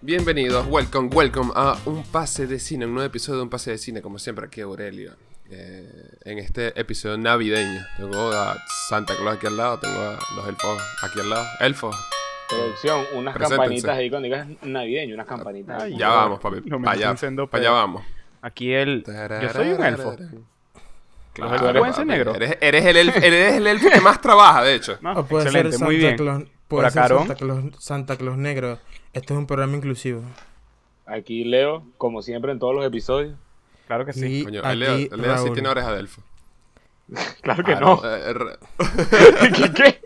Bienvenidos, welcome, welcome a Un Pase de Cine, un nuevo episodio de Un Pase de Cine, como siempre aquí Aurelio. Eh, en este episodio navideño, tengo a Santa Claus aquí al lado, tengo a los elfos aquí al lado. Elfos, Producción, unas Preséntense. campanitas ahí cuando digas navideño, unas campanitas. Ay, ya vamos, papi. No me pa' allá, estén siendo pa' allá pedo. vamos. Aquí el. Yo soy un elfo. Claro, elfos pueden ser papi, negros. Eres, eres el elfo, eres el elfo que más trabaja, de hecho. No, O puede Ah, excelente, ser Santa muy bien. Claus, Por puede acá, ser Aarón. Santa Claus, Santa Claus Negro. Este es un programa inclusivo. Aquí Leo, como siempre en todos los episodios. Claro que sí. Y Coño, aquí, él, Leo, Leo sí Raúl. tiene oreja de elfo. Claro que Ah, no. eh, re- ¿Qué? qué?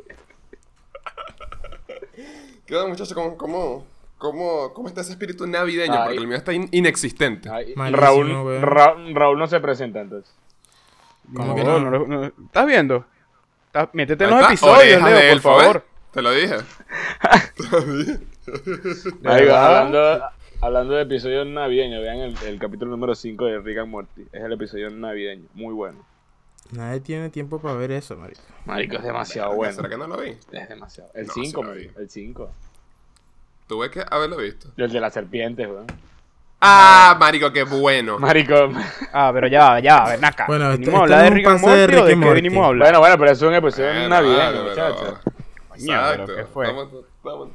¿Qué onda, muchachos? ¿Cómo, cómo, cómo, cómo está ese espíritu navideño? Ay. Porque el mío está in- inexistente. Ay, Malísimo, Raúl, weón. Ra- Raúl no se presenta entonces. ¿Cómo No, que no? no lo- no- ¿Estás viendo? Estás- Métete en los Ahí está, episodios, oreja de Leo, por elfo, ¿ves? favor. Te lo dije. Ahí va, verdad? hablando, hablando de episodios navideños, vean el, el capítulo número 5 de Rick and Morty. Es el episodio navideño, muy bueno. Nadie tiene tiempo para ver eso, marico. Marico, es demasiado ¿Será Ah, bueno. que no lo vi? Es demasiado. El No, 5, sí lo marico, el 5. Tuve que haberlo visto. El de las serpientes, weón. ¡Ah, marico, qué bueno! Marico. Ah, pero ya, va, ya, va, ven acá. Bueno, ¿Vinimos este- a hablar de este es un Rick and pase de Morty o Rick de and qué Morty. vinimos a hablar? Bueno, bueno, pero es un episodio Bueno, navideño, vale, muchachos. Coño, Exacto. pero ¿qué fue? Vamos- vamos-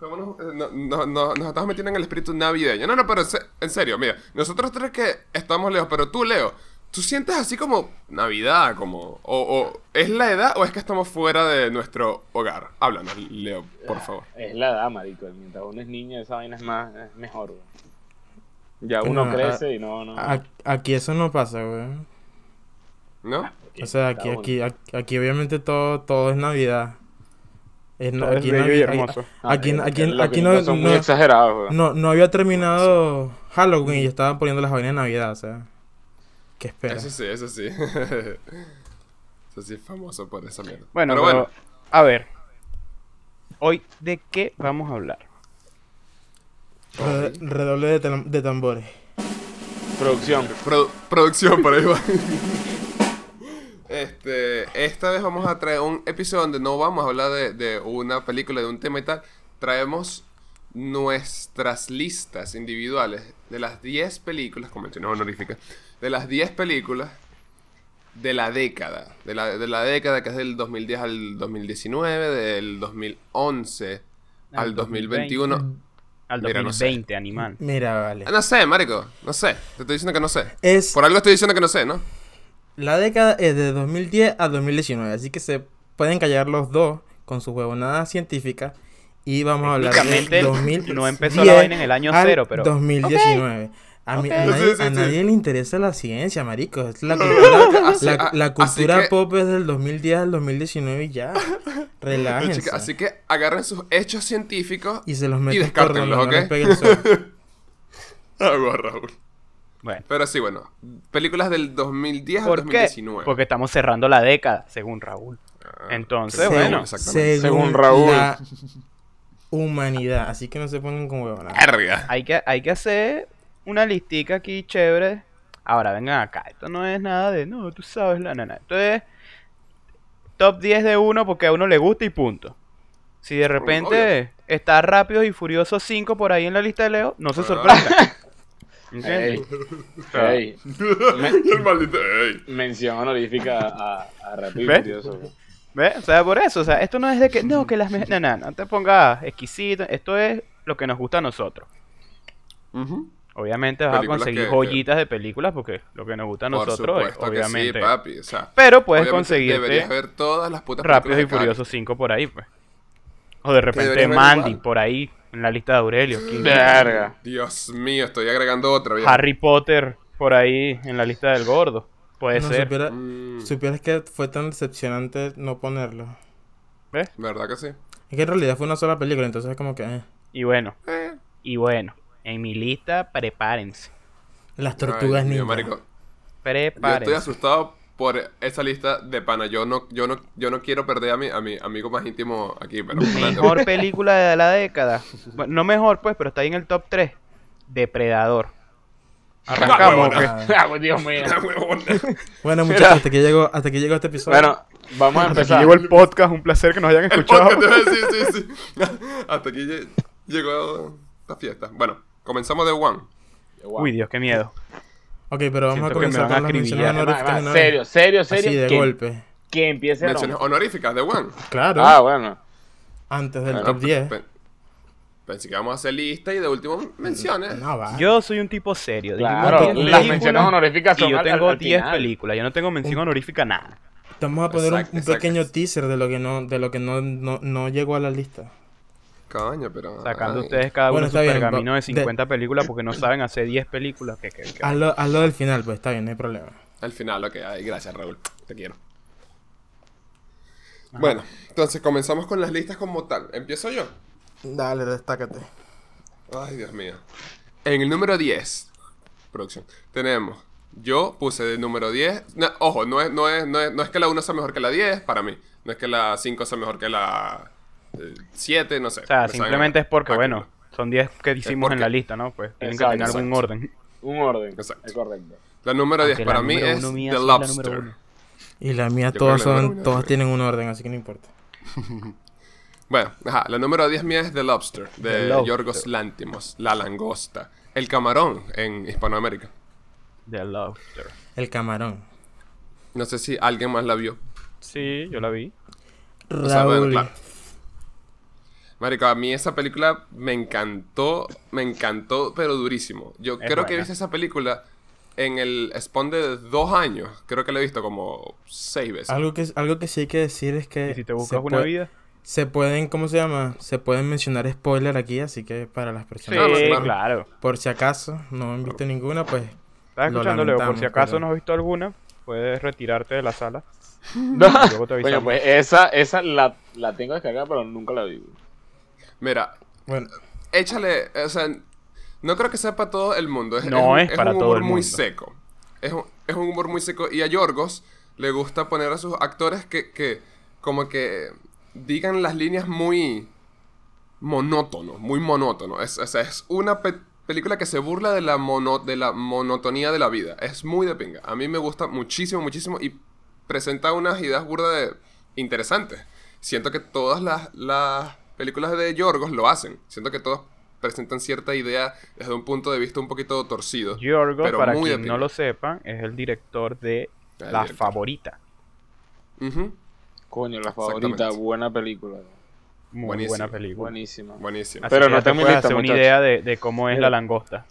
vámonos, eh, no- no- no- nos estamos metiendo en el espíritu navideño. No, no, pero se- en serio, mira, nosotros tres que estamos lejos, pero tú, Leo, ¿tú sientes así como Navidad, como... O, o- ¿Es la edad o es que estamos fuera de nuestro hogar? Háblanos, Leo, por favor. Es la edad, marico. Mientras uno es niño, esa vaina es más es mejor, güey. Ya uno No, crece y no, no. A- aquí eso no pasa, güey. ¿No? aquí O sea, está aquí, uno. aquí, aquí, aquí obviamente todo, todo es Navidad. Es na- Todo es aquí bello Navi- y aquí- hermoso. Ah, Aquí, es aquí, que los aquí no, gringos son muy no, exagerados, güey. no- no había terminado Halloween y estaban poniendo las vainas de Navidad, o sea. ¿Qué esperas? Eso sí, eso sí. eso sí es famoso por esa mierda. Bueno, pero, bueno, pero- a ver. Hoy, ¿de qué vamos a hablar? Re- redoble de, tam- de tambores. Producción. Produ- producción por ahí va. Este, esta vez vamos a traer un episodio donde no vamos a hablar de, de una película, de un tema y tal. Traemos nuestras listas individuales de las 10 películas, como mencionaba honorífica, de las 10 películas de la década, de la, de la década que es del 2010 al 2019, del 2011 al, Al 2021. Al Mira, no sé. 2020, animal. Mira, vale. No sé, marico, no sé, te estoy diciendo que no sé. Es Por algo estoy diciendo que no sé, ¿no? La década es de 2010 a 2019, así que se pueden callar los dos con sus huevonadas científicas y vamos a hablar de Técnicamente, 2010 no empezó la vaina en el año al cero, pero- 2019. A, mí- a Ok. nadie, Sí, sí, a sí. Mm. nadie le interesa la ciencia, marico. Es La cultura, Así- ah, la, la así cultura que- pop es del 2010 al 2019 y ya. Relájense. Chica, así que agarren sus hechos científicos y se los y meten por descártenlos, donde no ¿ok? les pegue el sol. Agua, Raúl. Bueno, Pero sí, bueno, películas del 2010 al ¿por qué? 2019. Porque estamos cerrando la década, según Raúl. Ah, Entonces, sí, bueno. Exactamente. Según Raúl. la humanidad, así que no se pongan con huevonadas. Verga. hay que, hay que hacer una listica aquí chévere. Ahora, vengan acá. Esto no es nada de, no, tú sabes la nana. Esto es top 10 de uno porque a uno le gusta y punto. Si de repente está Rápido y Furioso 5 por ahí en la lista de Leo, no se Ah. sorprenda. ¿Entiendes? Ey, ey, men- El maldito. ey. mención honorífica a, a Rápido y ¿Ves? Furioso, güey. ¿Ves? O sea, por eso. O sea, esto no es de que, no, que las... me- No, no, no te pongas exquisito. Esto es lo que nos gusta a nosotros. Ujú. Obviamente vas Películas a conseguir que- que- joyitas de películas porque lo que nos gusta a Por nosotros es, supuesto obviamente. que sí, papi. O sea, Pero puedes obviamente conseguirte Deberías ver todas las putas Rápidos y películas de Furiosos 5 por ahí, pues. O de repente deberías ver Mandy igual. por ahí, en la lista de Aurelio. King. Verga. cada- Dios mío, estoy agregando otra. viejo. Harry Potter por ahí, en la lista del gordo. Puede No ser. supiera- Mm, Supieras que fue tan decepcionante no ponerlo. ¿Ves? ¿Verdad que sí? Es que en realidad fue una sola película, entonces es como que... eh. Y bueno, Eh. y bueno. En mi lista, prepárense. Las Ay, Dios tortugas mío, ninja. marico. Yo estoy Prepárense. asustado por esa lista de pana. Yo no, yo no, yo no quiero perder a mi, a mi amigo más íntimo aquí, pero Mejor película de la década. Bueno, no mejor, pues, pero está ahí en el top 3. Depredador. Arrancamos. ¿o qué? Ah. Ah, güey, Dios mío. Mira. Bueno muchachos, hasta aquí, llegó, hasta aquí llegó este episodio. Bueno, vamos a Hasta empezar. aquí llegó el podcast. Un placer que nos hayan Pues, El escuchado. podcast, te iba a decir, sí, sí. Hasta aquí lle- llegó esta fiesta. Bueno, comenzamos de One. Guau. Uy, Dios, qué miedo. Ok, pero vamos Siento a que me comenzar van a con las menciones acribillar. Va, honoríficas va, de una vez. serio, serio, serio. Así de que, golpe. que empiece Menciones Ron. honoríficas de One. Claro, Ah, bueno. antes del Bueno, pues, top pe- 10. pe- Pensé que íbamos a hacer lista y de último menciones. No, va. Yo soy un tipo serio. dijimos Claro, las 10 películas menciones honoríficas y son yo al- tengo al 10 final. películas. Yo no tengo mención Mm. honorífica nada. Te Vamos a poner un- Exacto, un, exacto. pequeño teaser de lo que no, de lo que no, no, no llegó a la lista. Coño, pero. Sacando ay. ustedes cada Bueno, uno su está bien, pergamino va- de 50 películas porque no saben hacer 10 películas. Que, que- que- Hazlo, hazlo del final, pues está bien, no hay problema. Al final, ok. Ay, gracias, Raúl. Te quiero. Bueno, entonces comenzamos con las listas como tal. Empiezo yo. Dale, destácate. Ay, Dios mío. En el número 10, producción, tenemos. Yo puse de número 10. no, ojo, no es, no, es, no, es, no es que la 1 sea mejor que la 10, para mí. No es que la 5 sea mejor que la eh, 7, no sé. o sea, simplemente es porque, bueno, son 10 que hicimos en porque- la lista, ¿no? Pues tienen que Exacto, tener algún exacto. orden. Un orden. Exacto. Es correcto. La número 10 Aunque para la mí número es uno mía The sí es la número Lobster. uno. Y las mías Yo todas creo que la son, número todas tres. tienen un orden, así que no importa. Bueno, ajá, la número 10 mía es The Lobster, The de Lobster. Yorgos Lántimos, La Langosta, El Camarón en Hispanoamérica. The Lobster. El camarón. No sé si alguien más la vio. Sí, yo la vi. Raúl. O sea, bueno, claro. Marico, a mí esa película me encantó, me encantó, pero durísimo. Yo creo que he buena. visto esa película en el spawn de dos años. Creo que la he visto como seis veces. Algo que, algo que sí hay que decir es que ¿Y si te se, buscas una pue- vida? se pueden, ¿cómo se llama? Se pueden mencionar spoiler aquí, así que para las Sí, personas, no, que- claro. claro. por si acaso no han visto ninguna, pues ¿Estás Lo escuchando, Leo? Por si lamentamos, acaso pero- no has visto alguna, puedes retirarte de la sala. luego te avisamos. Bueno, pues esa, esa la, la tengo descargada, pero nunca la vi. güey. Mira, bueno, échale, o sea, no creo que sea para todo el mundo. Es, No un- es para un todo humor el muy mundo. seco. Es un, es un humor muy seco. Y a Yorgos le gusta poner a sus actores que, que como que digan las líneas muy monótono, muy monótono. Es, o sea, es una pe- película que se burla de la, mono- de la monotonía de la vida. Es muy de pinga. A mí me gusta muchísimo, muchísimo y presenta unas ideas burdas de- interesantes. Siento que todas las, las películas de Yorgos lo hacen. Siento que todas presentan cierta idea desde un punto de vista un poquito torcido. Yorgos, pero para muy de quien no pinga. lo sepa, es el director de Ah, La director. Favorita. Ujú, Coño, la Exactamente. favorita, buena película. güey. Muy Buenísimo, buena película. Buenísima. Buenísimo. Así Pero que no ya está te en mi puedes lista, hacer una muchachos. idea de, de cómo es la Mira. langosta.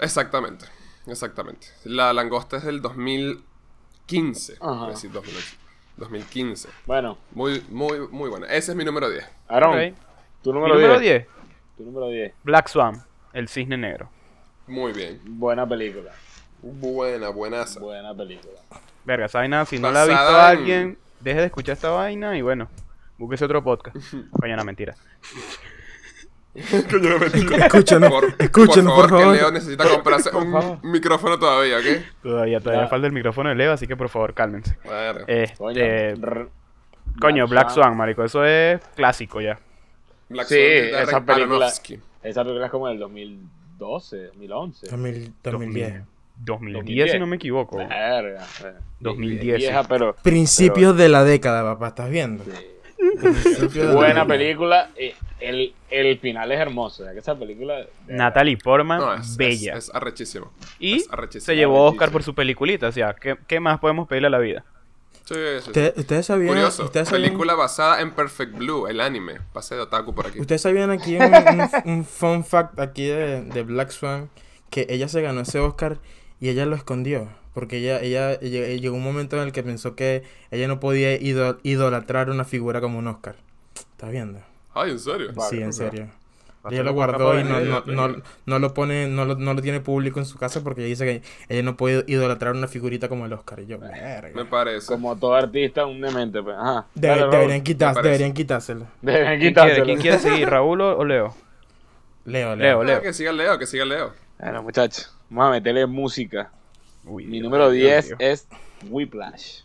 Exactamente. Exactamente. La langosta es del 2015. Ajá. es decir, 2008, 2015. Bueno, Muy, muy, muy buena. Ese es mi número 10. Aaron, Ok. tu Mi número, número 10. 10, Tu número 10. Black Swan, El Cisne Negro. Muy bien. Buena película. Buena, buenaza. Buena película. Verga, esa vaina, si no la ha Basada visto en- alguien, deje de escuchar esta vaina y bueno, búsquese otro podcast. Coño, no, mentira. Coño, no me digas. escúchanos, escúchanos, por que favor. Leo necesita comprarse un favor. micrófono todavía, ¿ok? Todavía, todavía Ya. falta el micrófono de Leo, así que por favor, cálmense. Bueno. Eh, Este, Coño, r- coño, Black Swan. Swan, marico, eso es clásico ya. Black sí, Swan de Darren esa película, Aronofsky. esa película es como del 2012, 2011. 2000 2010. 2010, 2010, si no me equivoco. Verga. verga. 2010, Vieja, sí. pero Principios de la década, papá, ¿estás viendo? Principios de buena la- película. eh, El, el final es hermoso. ya que esa película. de Natalie Portman, No, es, bella. Es, es arrechísimo. y es arrechísimo. se llevó arrechísimo. Oscar por su peliculita, o sea, ¿qué, qué más podemos pedirle a la vida? Sí, sí, sí. Ustedes, ustedes sabían, Curioso. ustedes sabían- película basada en Perfect Blue, el anime. Pase de otaku por aquí. Ustedes sabían aquí un, un- un fun fact aquí de, de Black Swan, que ella se ganó ese Oscar y ella lo escondió. Porque ella, ella, ella- llegó un momento en el que pensó que ella no podía ido- idolatrar una figura como un Oscar. ¿Estás viendo? Ay, ¿en serio? sí, en Ok. serio. Va a Ella ser lo un guardó poco y no, de- no, no, no lo pone, no lo, no lo tiene público en su casa porque ella dice que ella no puede idolatrar una figurita como el Oscar. Y yo, Me verga. parece. Como todo artista, un demente. Pues. Ajá. Debe- Dale, Raúl. deberían, quitar, parece. deberían quitárselo. Deberían ¿Quién quiere, quitárselo. ¿Quién quiere seguir, Raúl o o Leo? Leo, Leo, Leo. Ah, Leo. que siga Leo, que siga Leo. Bueno, muchachos, vamos a meterle música. Uy, Mi Dios número mío, 10 tío. es Whiplash.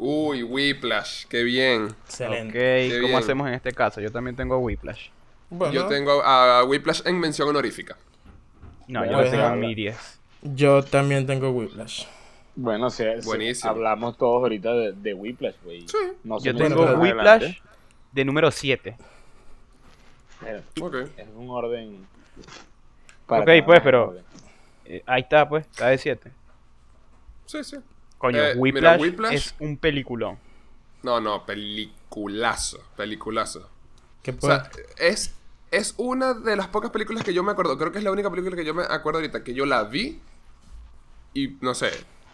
Uy, Whiplash, qué bien. Excelente. Ok, bien. ¿cómo hacemos en este caso? Yo también tengo Whiplash. Bueno. Yo tengo a, a Whiplash en mención honorífica. No, Bueno, yo no pues, tengo ah. mi 10. Yo también tengo Whiplash. Bueno, sí, sí, Buenísimo. hablamos todos ahorita de, de Whiplash, güey. Sí. No sé Yo mucho tengo más pero Whiplash adelante. de número 7. Bueno, Ok. es un orden. Ok, tener pues, un pero- orden. Eh, ahí está, pues, está de 7. Sí, sí. Coño, Eh, mira, Whiplash, Whiplash- es un peliculón. No, no, peliculazo. Peliculazo. ¿Qué O puedo? sea, es, es una de las pocas películas que yo me acuerdo. Creo que es la única película que yo me acuerdo ahorita que yo la vi. Y no sé,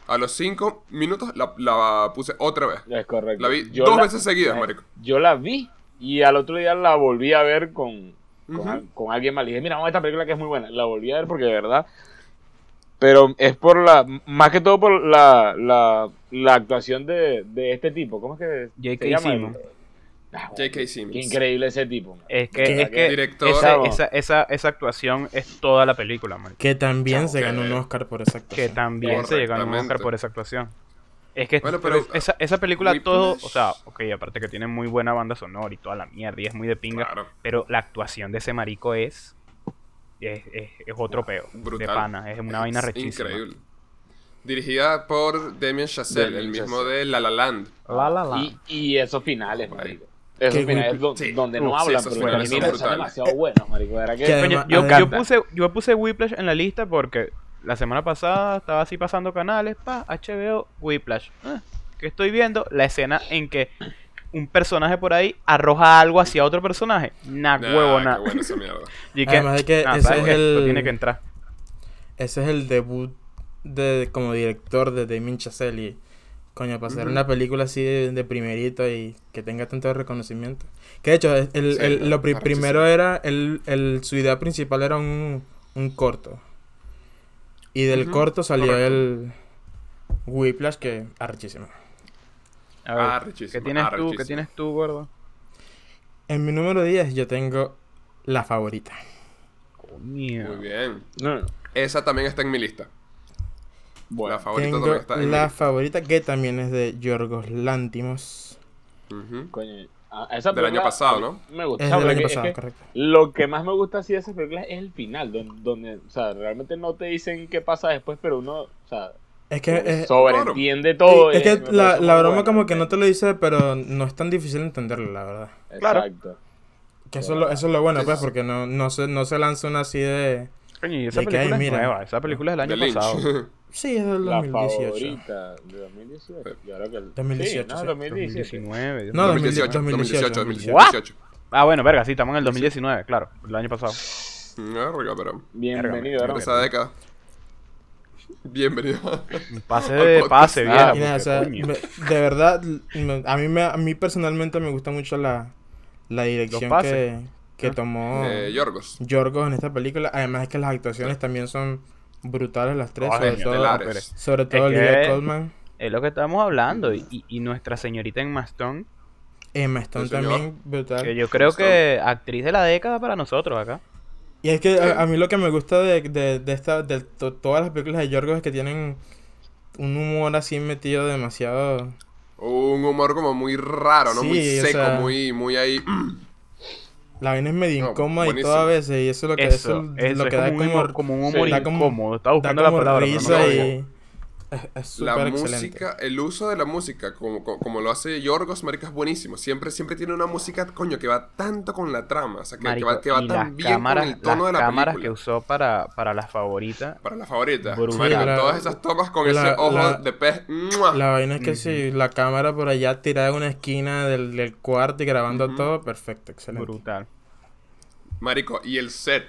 a los cinco minutos la, la puse otra vez. Es correcto. La vi dos veces seguidas, eh, marico. Yo la vi y al otro día la volví a ver con, con, Ujú. al- con alguien más. Le dije, mira, vamos a esta película que es muy buena. La volví a ver porque de verdad. Pero es por la. Más que todo por la, la, la actuación de, de este tipo. ¿Cómo es que J.K. se llama? Simmons. Ah, J.K. Simmons. Qué increíble ese tipo. man. Es que, ¿Qué? es que Director. esa, esa, esa, esa actuación es toda la película, marico. Que también Chao, se que- ganó un Oscar por esa Que actuación. también se llegó a un Oscar Correctamente. por esa actuación. Es que Bueno, pero- esa, esa película Whiplash- todo, o sea, ok, aparte que tiene muy buena banda sonora y toda la mierda y es muy de pinga, Claro. pero la actuación de ese marico es es, es, es otro peo, Brutal. de pana, es una vaina Es rechísima. Increíble. Dirigida por Damien Chazelle, Damien el mismo Chazelle. de La La Land. La la la. Y, y esos finales, marico. Qué Esos finales grupo. don- Sí. donde no Uf, sí, hablan, esos pero finales son terminan, son brutales. demasiado buenos, marico. de ¿Verdad que? Que Coño, además- yo, yo además- puse yo puse Whiplash en la lista porque la semana pasada estaba así pasando canales, pa, HBO Whiplash. Ah, ¿Qué estoy viendo? La escena en que un personaje por ahí arroja algo hacia otro personaje. Nah, Nah, huevo, qué nah. buena esa mierda. Y que, Además de que ah, ese ¿sabes es qué? Esto el- tiene que entrar. Ese es el debut de como director de Damien Chazelle y coño, para hacer Ujú. una película así de, de primerito y que tenga tanto reconocimiento. Que de hecho, el, el- Sí, el- está- lo pri- está primero rechísimo. era, el, el- su idea principal era un, un corto. Y del Ujú, corto salió correcto. el Whiplash que arrechísimo. A ver, Ah, ¿qué rechísimo, tienes ah, tú? ¿Qué rechísimo. tienes tú, gordo? En mi número 10 yo tengo la favorita. Muy bien. No, no. Esa también está en mi lista. Bueno, la favorita también está tengo en la mi favorita que también es de Yorgos Lántimos. Ujú. coño. a- a esa Del año película pasado, a mí Me gusta. Es porque del año es pasado, que- correcto. Lo que más me gusta así de esas películas es el final, don- donde, o sea, realmente no te dicen qué pasa después, pero uno, o sea, Es que es, sobreentiende todo. eh, es me que parece la, muy la broma bueno, como que no te lo dice, pero no es tan difícil entenderlo, la verdad. Claro. Exacto. Que eso, es lo, eso es lo bueno, Sí, pues, sí. porque no, no, se, no se lanza una así de... Coño, y esa De que, película ay, es mira. nueva. Esa película es del De año Lynch. pasado. Sí, es del La 2018. favorita de 2018. Yo creo que el- 2018, sí, sí. no, 2017. 2019. Dios No, mío. 2018, 2018, 2018. 2018. Ah, bueno, verga, sí, estamos en el 2019, claro. El año pasado. No, rico, pero. Bienvenido, Pero Aaron. esa década. Bienvenido. Pase de podcast. pase, vieja. Y nada, Ah, o porque, sea, coño. me- de verdad, me- a mí, me, a mí personalmente me gusta mucho la, la dirección pases. que, que Ah. tomó Eh, Yorgos. Yorgos en esta película. Además es que las actuaciones también son brutales las Oh, tres, Ay, sobre Dios, todo, estelares. pero sobre todo Es que- Olivia Colman. Es lo que estábamos hablando. Y, y- y nuestra señorita en Maston, Emma Stone Sí, señor. eh, también, brutal. que yo creo Stone. que actriz de la década para nosotros acá. Y es que a, a mí lo que me gusta de, de, de esta, de to- todas las películas de Yorgos es que tienen un humor así metido demasiado. Un humor como muy raro, ¿no? muy Sí, o seco, sea- muy, muy ahí. La vaina es medio No, incómoda y buenísimo. todo a veces, y eso es lo que, Eso, eso es eso lo es que da como, un humor, como, como un humor sí, da como- incómodo. Estaba da buscando la como palabra. pero no risa y- la había. y es- es La súper excelente. música, el uso de la música, como, como, como lo hace Yorgos, marica, es buenísimo. Siempre, siempre tiene una música, coño, que va tanto con la trama. O sea, que, que Marico, va, que va y las tan bien cámaras, con el tono las de la cámaras que película. usó para, para las favoritas. Para la favorita. Brutal. Marica, Sí, la- todas esas tomas con la- ese ojo la- de pez. ¡mua! La vaina es que si la cámara por allá tirada en una esquina del, del cuarto y grabando Ujú. todo, perfecto, excelente. Brutal. Marico, y el set.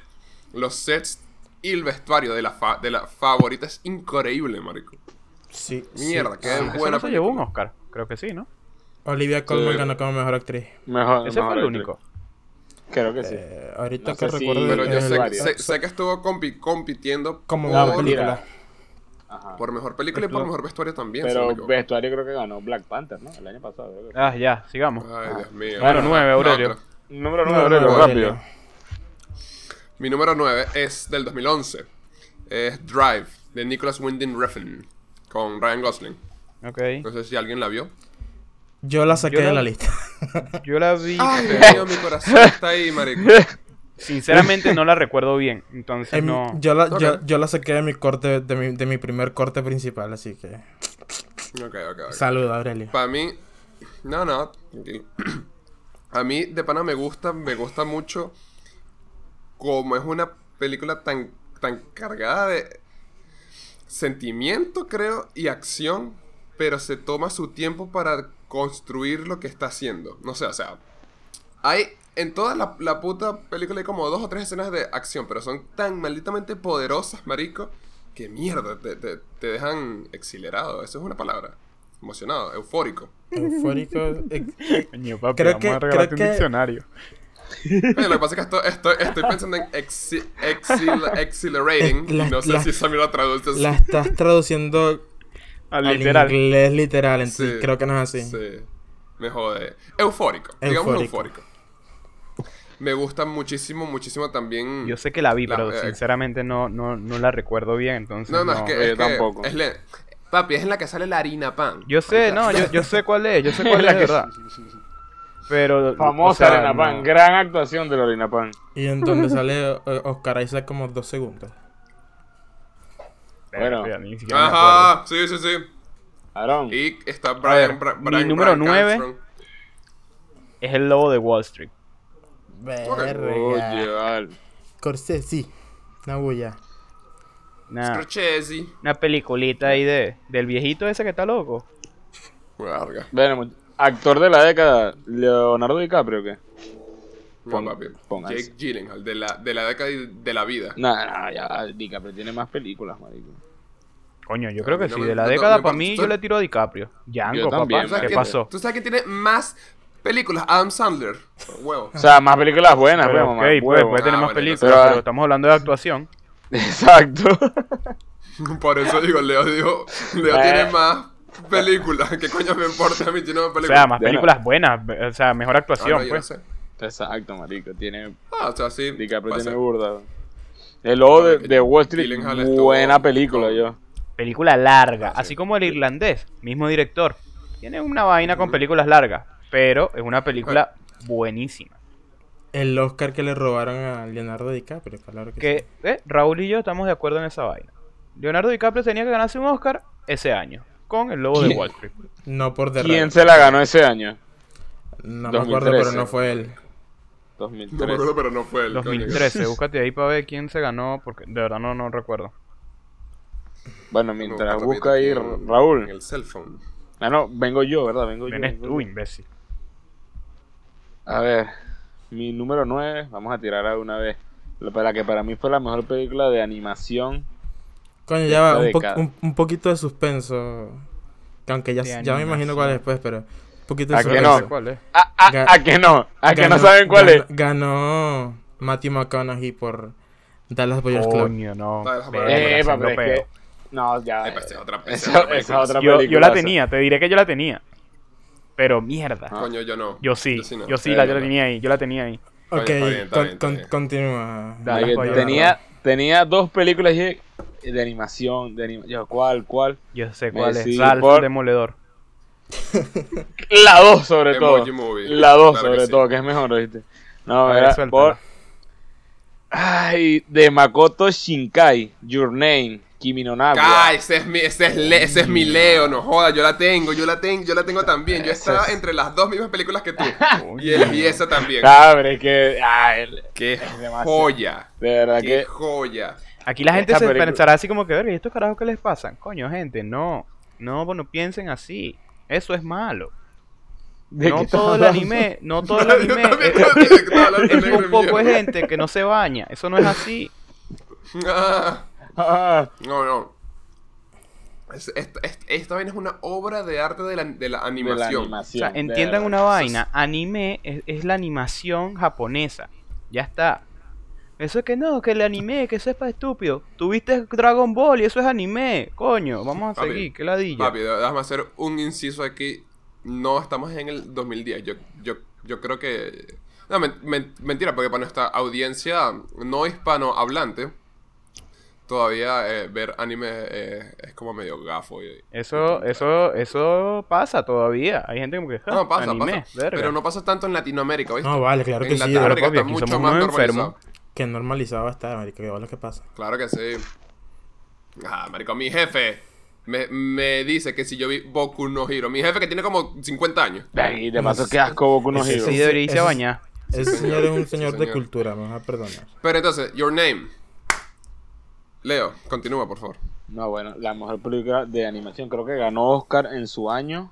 Los sets y el vestuario de la, fa- de la favorita es increíble, marico. Sí, sí, Mierda, qué sí. Eso buena no se llevó un película. Oscar. Creo que sí, ¿no? Olivia Colman Sí. ganó como mejor actriz. Mejor, Ese fue mejor el actriz. único. Creo que sí. Eh, ahorita No que eh, sé si- recuerdo. Pero yo el- sé, varias. sé- sé que estuvo compi- compitiendo Como por, mejor película. Ajá. por mejor película y por Estuvo- mejor vestuario también. si no me Pero equivoco. vestuario creo que ganó Black Panther, ¿no? El año pasado. creo que. Ah, ya, sigamos. Ay, Dios mío. Bueno, nueve, la Aurelio. otra. Número No, 9, no, rápido. Aurelio. Mi número 9 es del 2011. Es Drive, de Nicholas Winding Refn, con Ryan Gosling. Ok. No sé si alguien la vio. Yo la saqué Yo la- de la lista. Yo la vi. Ay, Dios mío, mi corazón está ahí, marico. Sinceramente no la recuerdo bien. Entonces En- no. Em, yo, la, yo, Ok. yo la saqué de mi corte, de mi, de mi primer corte principal, así que. Ok, ok, ok. Saludos, Aurelio. Para mí, no, no, tranquilo. A mí de pana me gusta, me gusta mucho como es una película tan, tan cargada de sentimiento, creo, y acción, pero se toma su tiempo para construir lo que está haciendo. No sé, o sea, hay en toda la, la puta película hay como dos o tres escenas de acción, pero son tan malditamente poderosas, marico, que mierda, te, te, te dejan exhilerado. Eso es una palabra. Emocionado, eufórico. Eufórico. eh, Coño, papi, Creo vamos que- a regalarte creo un que- diccionario. Oye, Eh, lo que pasa es que esto- estoy, estoy pensando en exhi- exhil- exhilarating. Eh, la- y no sé la- si Samir lo traduce así. la estás traduciendo Ah, Al al literal. inglés literal, entonces Sí, creo que no es así. Sí. Me jode. Eufórico. Digamos Eufórico. eufórico. Me gusta muchísimo, muchísimo también. Yo sé que la vi, La- pero eh, sinceramente no, no, no la recuerdo bien, entonces No, no, es que. eh, es que tampoco. es le- Papi, es en la que sale la harina pan. Yo sé, Ahorita. no, yo, yo sé cuál es, yo sé cuál es, La de que- verdad. Pero... Famosa o sea, Lorena Pan, no. gran actuación de Lorena Pan. Y en donde sale eh, Oscar Isaac como dos segundos. Bueno. Mira, ni siquiera me acuerdo. Ajá, sí, sí, sí. Aarón. Y está Brian. ver, Bra- mi Brian- número Brian nueve. Cranston. Es el lobo de Wall Street. Oye, Verga. vale. Corsé, sí. Una bulla. Nah, Scorsese. una peliculita ahí de, del viejito ese que está loco. Verga. Bueno, mu- actor de la década, Leonardo DiCaprio, ¿o ¿qué? No, Pon- papi. pónganse. Jake Gyllenhaal, de la, de la década y de la vida. No, no, ya, DiCaprio tiene más películas, marico. Coño, yo creo que No sí. me- De la no, década no, para no, mí tú- yo le tiro a DiCaprio. Yango, Yo también, papá. marico. ¿Qué quién- pasó? ¿Tú sabes quién tiene más películas? Adam Sandler. Por Huevo. O sea, más películas buenas, Pero, pero, ok, mamá, pues, huevo. puede tener Ah, vale, no más sé. películas, Pero- pero estamos hablando de actuación. Exacto. Por eso digo, Leo, digo, Leo Eh. tiene más películas. ¿Qué coño me importa a mí si no me O sea, Bueno. más películas buenas, o sea, mejor Ah, no, actuación, yo no pues. sé. Exacto, marico. Tiene Ah, o sea, sí. DiCaprio puede ser. tiene burda. El lobo de, de Wall Street, Gyllenhaal estuvo- buena película, con- yo. Película larga, Ah, sí. así como el irlandés, mismo director. Tiene una vaina con películas largas, pero es una película buenísima. El Oscar que le robaron a Leonardo DiCaprio, claro que, Que eh, Raúl y yo estamos de acuerdo en esa vaina. Leonardo DiCaprio tenía que ganarse un Oscar ese año con El Lobo de ¿Quién? Wall Street. sí. No por The ¿Quién Raid. se la ganó ese año? No me acuerdo, 2013. pero no fue él. No me 2003. acuerdo, pero no fue él. coño. 2013, búscate ahí para ver quién se ganó, porque de verdad no, no recuerdo. Bueno, No, mientras papi, busca ahí en- Ra- En Raúl. el cell phone. Ah, no, vengo yo, ¿verdad? Vengo yo. Vienes vengo tú, yo. imbécil. A ver, mi número 9, vamos a tirar a una vez. La, para que para mí fue la mejor película de animación. Coño, ya va, Esta un, po- década. un, un poquito de suspenso. Que aunque ya, De ya me imagino animación. cuál es después, pero. Un poquito de ¿A que suspenso. no? sé cuál es. Ah, ah, Ga- ¿A que no? ¿A que no Ganó- saben cuál ganó- es? Ganó Matthew McConaughey por Dallas Boyers Club. Coño, Oh, no. Está de la verga, madre. Eh, haciendo papi, es peo. que- No, ya. eh, Ay, pues, es otra- es esa, otra película. esa otra yo, película. yo la tenía, te diré que yo la tenía. Pero mierda. Ah. Coño, yo no. Yo sí, yo sí, no. la, Eh, yo no. la tenía ahí, yo la tenía ahí. Oye, Ok, está bien, está con- bien, está con- bien. continúa. Dale, Marico, pa' allá, tenía, tenía dos películas y- de animación, de anima- yo, ¿cuál, cuál? Yo sé Me cuál es. decís, Ralph por- el Demoledor. La dos sobre todo. Emoji Movie. La dos Claro sobre que sí. todo, que es mejor, ¿viste? No, A ver, era suéltala. por... Ay, de Makoto Shinkai, Your Name, Kimi no Na wa. Ay, ese es mi, ese es, Le- ese es mi Leo, no joda, yo la tengo, yo la tengo, yo la tengo también. Yo Esa estaba es. entre las dos mismas películas que tú. y, él- y esa también. Cabre, es que... Ay, Qué demasiado. joya. de verdad Qué que... joya. Aquí la gente Esta se película- pensará así como que, "Verga, ¿y estos carajos qué les pasan? Coño, gente, no. No, bueno, piensen así. Eso es malo. de no que todo el todos- anime, no todo el Yo anime también es, pensé que estaba hablando es negro un poco de mierda. gente que no se baña. Eso no es así. Ah, Ah, no, no. Es- es- es- esta vaina es una obra de arte de la, de la de la animación. O sea, animación, de entiendan verdad. una vaina. Anime es, es la animación japonesa. Ya está. Eso es que no, que el anime, que eso es para estúpido. Tuviste Dragon Ball y eso es anime. Coño, vamos a Papi, seguir, que ladilla. Papi, déjame hacer un inciso aquí. No estamos en el 2010. Yo, yo, yo creo que. No, men- men- mentira, porque para nuestra audiencia no hispanohablante, todavía eh, ver anime eh, es como medio gafo. y- Eso, eso, eso pasa todavía. Hay gente como que. "Ja, No, pasa, anime, pasa. verga". Pero no pasa tanto en Latinoamérica, ¿viste? No, vale, claro que en sí. pero Latinoamérica papi, está aquí mucho somos más unos normalizado. enfermos. Que normalizado va a estar, marico, que vale que pasa. Claro que sí. Ah, marico, mi jefe me, me dice que si yo vi Boku no Hiro. Mi jefe que tiene como 50 años. Ay, de paso, qué asco Boku no Ese Hero. Sí, Eso- debería irse a eso- bañar. Ese Sí, señor es un Sí, señor de señor. cultura, me vas a perdonar. Pero entonces, Your Name. Leo, continúa, por favor. No, bueno, la mejor película de animación. Creo que ganó Oscar en su año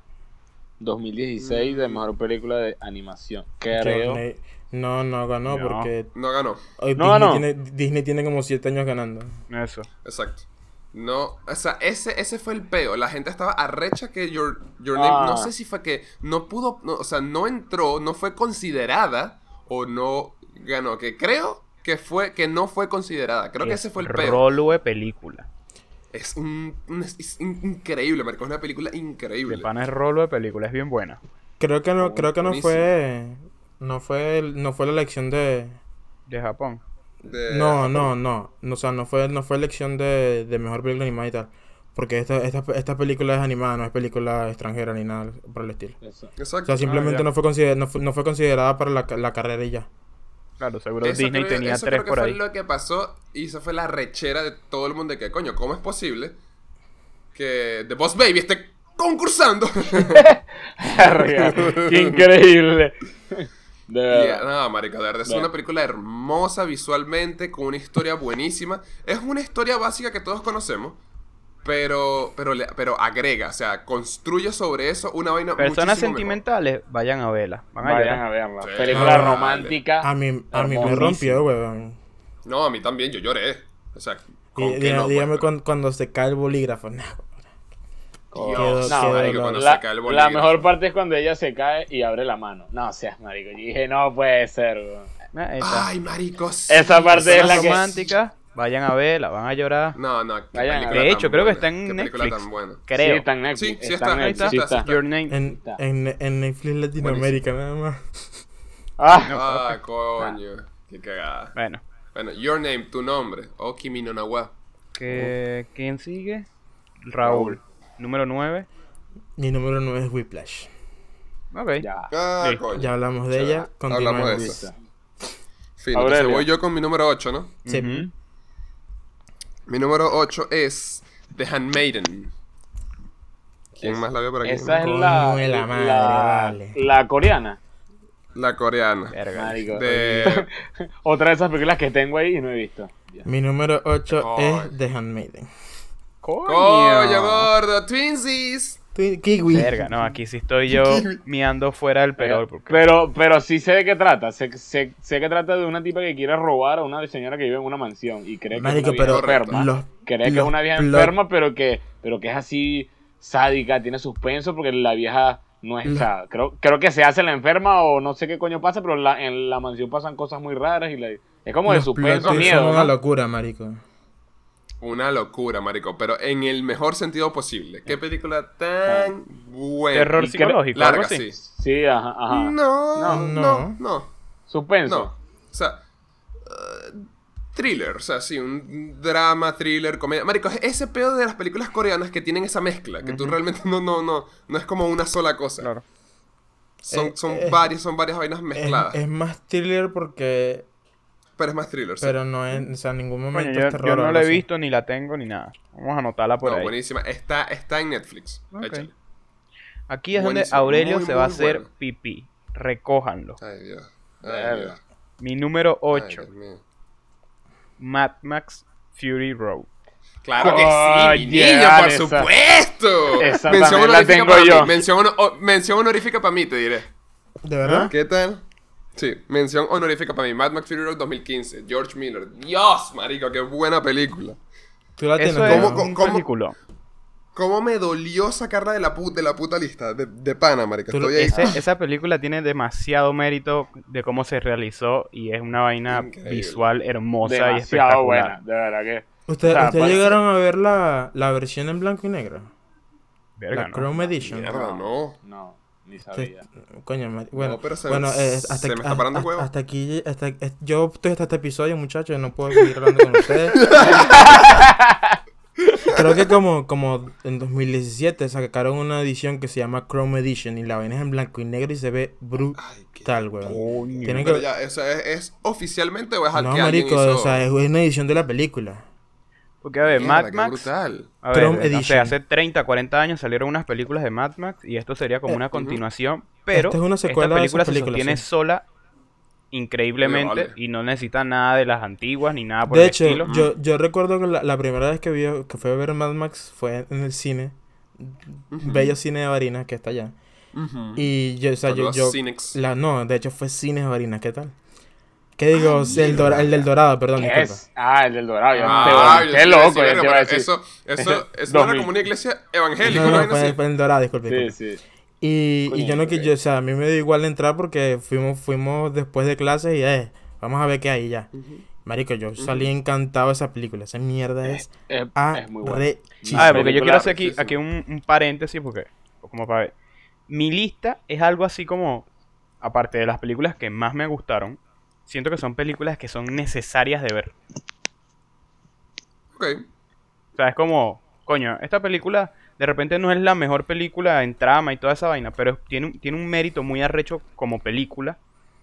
2016 Mm. de mejor película de animación. Creo. Journey- No, no ganó No. porque No ganó. hoy No, Disney, no. Tiene, Disney tiene como 7 años ganando. Eso. Exacto. No, o sea, ese, ese fue el peo. La gente estaba arrecha que Your, Your Name, no Ah. sé si fue que no pudo, no, o sea, no entró, no fue considerada o no ganó. Que creo que fue, que no fue considerada. Creo que ese fue el peo. Rolo de película. Es, un, un- es, in- increíble, Marco. Es una película De increíble. pan es rolo de película, es bien buena. Creo que no, Oh, creo que no buenísimo. fue, no fue, el- no fue la elección de, De Japón. De- no, no, no, no, o sea, no fue, no fue elección de, de mejor película animada y tal, porque esta, esta, esta película es animada, no es película extranjera ni nada por el estilo. Eso. O Exacto. sea, simplemente ya. no, fue consider- no, fue, no fue considerada para la, ca- la carrera y ya. Claro, seguro Eso Disney creo- tenía eso tres creo que por fue ahí. lo que pasó y esa fue la rechera de todo el mundo de que, coño, ¿cómo es posible que The Boss Baby esté concursando? ¡Qué increíble! De Yeah, verdad. no, marica, de verdad, es Eh. Bueno. una película hermosa visualmente, con una historia buenísima. Es una historia básica que todos conocemos, pero pero le- pero agrega, o sea, construye sobre eso una vaina Personas muchísimo mejor. sentimentales, vayan a verla. Van a Vayan llorar. a verla. Ah, Sí. Película Ah, romántica. A mí, a mí me hermosísima. rompió, weón. No, a mí también, yo lloré. O sea, ¿con Dí- qué dí- no, dígame pues? cuan- cuando se cae el bolígrafo. Nah, Dios, Quedó- No, quedó marico, loco. cuando la, se cae el la bolígrafo. mejor parte es cuando ella se cae y abre la mano. No seas marico. Yo dije, no puede ser. weón. Ah, ahí está. Ay, maricos. Esa parte es Personas la que. románticas, vayan a verla, van a llorar. No, no, qué Vayan a- película De tan hecho, creo que buena, está en qué película Netflix. tan buena. Creo. Sí, está en Netflix. Sí, sí está, en ahí Netflix, está, sí está, está. está. Your Name. En, Está. en, en Netflix Latinoamérica nada más. Ah, Ah, coño. Qué cagada. Bueno, Bueno, Your Name, tu nombre. Oh, Kimi no na wa. que- ¿quién sigue? Raúl. Número 9. Mi número 9 es Whiplash. Ok. ya. Ah, Sí. coño. Ya hablamos de Ya, ella. hablamos de continuemos. eso. Listo. Fin, Aurelio. entonces voy yo con mi número 8, ¿no? Sí. Ujú. Mi número 8 es The Handmaiden. ¿Quién Es- más la veo por aquí? Esa es Coño la. de la madre, vale. la coreana. La coreana. Verga. Marico. De... Otra de esas películas que tengo ahí y no he visto. Ya. Mi número 8 Ay. es The Handmaiden. ¡Coño, gordo! ¡Twinsies! Twi- Kiwi. Verga, no, aquí sí estoy yo miando fuera del peor. Pero, Porque... pero, pero sí sé de qué trata. Sé, sé- sé que trata de una tipa que quiere robar a una señora que vive en una mansión y cree que Marico, es una vieja pero enferma. los- cree que es los una vieja plot- enferma, pero que, pero que es así sádica, tiene suspenso porque la vieja no es. o sea, creo, creo que se hace la enferma o no sé qué coño pasa, pero la- en la mansión pasan cosas muy raras y la- es como de Los plot suspenso, twists miedo. Son una ¿no? locura, marico. Una locura, marico. Pero en el mejor sentido posible. ¿Qué película tan buena? Eh. Ah. Terror y cre- psicológico, algo Larga, así. sí. Sí, ajá, ajá. No, No. no, no. Suspenso. No, o sea, eh, thriller, o sea, sí, un drama, thriller, comedia. Marico, es ese pedo de las películas coreanas que tienen esa mezcla, que tú realmente no, no, no, no es como una sola cosa. Claro. Son, Eh, son eh, varias, son varias vainas Es, mezcladas, es más thriller porque. pero es más thriller, sí. Pero no es. O sea, en ningún Coño, momento yo, es terror. yo o no algo la he así. visto, ni la tengo, ni nada. Vamos a anotarla por no, ahí. buenísima. Está, está en Netflix. Ok. Échale. Aquí es donde Buenísimo, Aurelio muy, se va a muy hacer bueno. pipí. Recójanlo. Ay, Dios. Ay, Verga. Dios. Mi número Ay, 8, Dios mío. Mad Max Fury Road. Claro que sí, mi Coño, niño, por esa- supuesto. esa mención también la honorífica tengo para yo. mí. Mención, hono- o- mención honorífica para mí, te diré. ¿De verdad? ¿Qué tal? Sí, mención honorífica para mí. Mad Max Fury Road 2015, George Miller. Dios, marico, qué buena película. Tú la tienes. Eso es ¿no? ¿Ah? ¿Cómo- un cómo- peliculón. Cómo me dolió sacarla de la, pu- de la puta lista, de, de pana, marico. Tú lo- Estoy ahí. Ese- esa película tiene demasiado mérito de cómo se realizó y es una vaina Increíble. visual hermosa y Demasiado espectacular. buena, de verdad que. ¿Ustedes, O Ah, sea, ustedes pues, parece- llegaron a ver la, la versión en blanco y negro? Verga, la ¿no? Chrome Edition. Mierda, no. No, ni Que- sabía. coño, mari- bueno, pero se me- bueno eh, hasta, se me está hasta- parando el hasta- huevo. hasta aquí, hasta, es- yo estoy hasta este episodio, muchachos, no puedo seguir hablando con ustedes. Creo que como, como en 2017 sacaron una edición que se llama Chrome Edition y la vaina es en blanco y negro y se Ay, ve qué- brutal, weón. Tienen Pero que... ya, o sea, ¿es, es oficialmente o es al No, que alguien marico, hizo? o sea, es una edición de la película. Porque, a ver, Mierda, Mad qué Max. brutal. A ver, Chrome no sé, Edition. hace 30, 40 años salieron unas películas de Mad Max y esto sería como Eh, una continuación, pero Esta es una secuela de película esas se películas, sostiene sí. sola increíblemente Vale. y no necesita nada de las antiguas ni nada Ah, por De el hecho, estilo. mm. yo, yo recuerdo que la, la primera vez que vi que fue a ver Mad Max fue en el cine. Bello cine de Barinas que está allá. Ujú. Y yo, o sea, yo, Saludos, yo- Cinex. la, no, de hecho fue Cines Barinas, ¿qué tal? ¿Qué digo? Ah, el, Dora- el del Dorado, perdón, ¿Qué disculpa. es? Ah, el del Dorado. ya Ah, te yo volví. te Qué iba a loco, decir, ya verga, te iba a pero decir. Eso, eso, eso no 2000. era como una iglesia evangélica, No, una no, vaina fue, así. fue en el Dorado, disculpe. Sí, disculpe. sí. Y, y yo no que Coño, yo, o sea, a mí me dio igual entrar porque fuimos, fuimos después de clases y eh, vamos a ver qué hay y ya. Marico, yo salí encantado de esa película. Esa mierda Eh, es, Es, es muy bueno. arrechísima. A ver, Ah, porque yo Película quiero hacer aquí, arrechísima. aquí un, un paréntesis porque, como para ver, mi lista es algo así como, aparte de las películas que más me gustaron, siento que son películas que son necesarias de ver. Ok. O sea, es como, coño, esta película de repente no es la mejor película en trama y toda esa vaina, pero es- tiene un, tiene un mérito muy arrecho como película,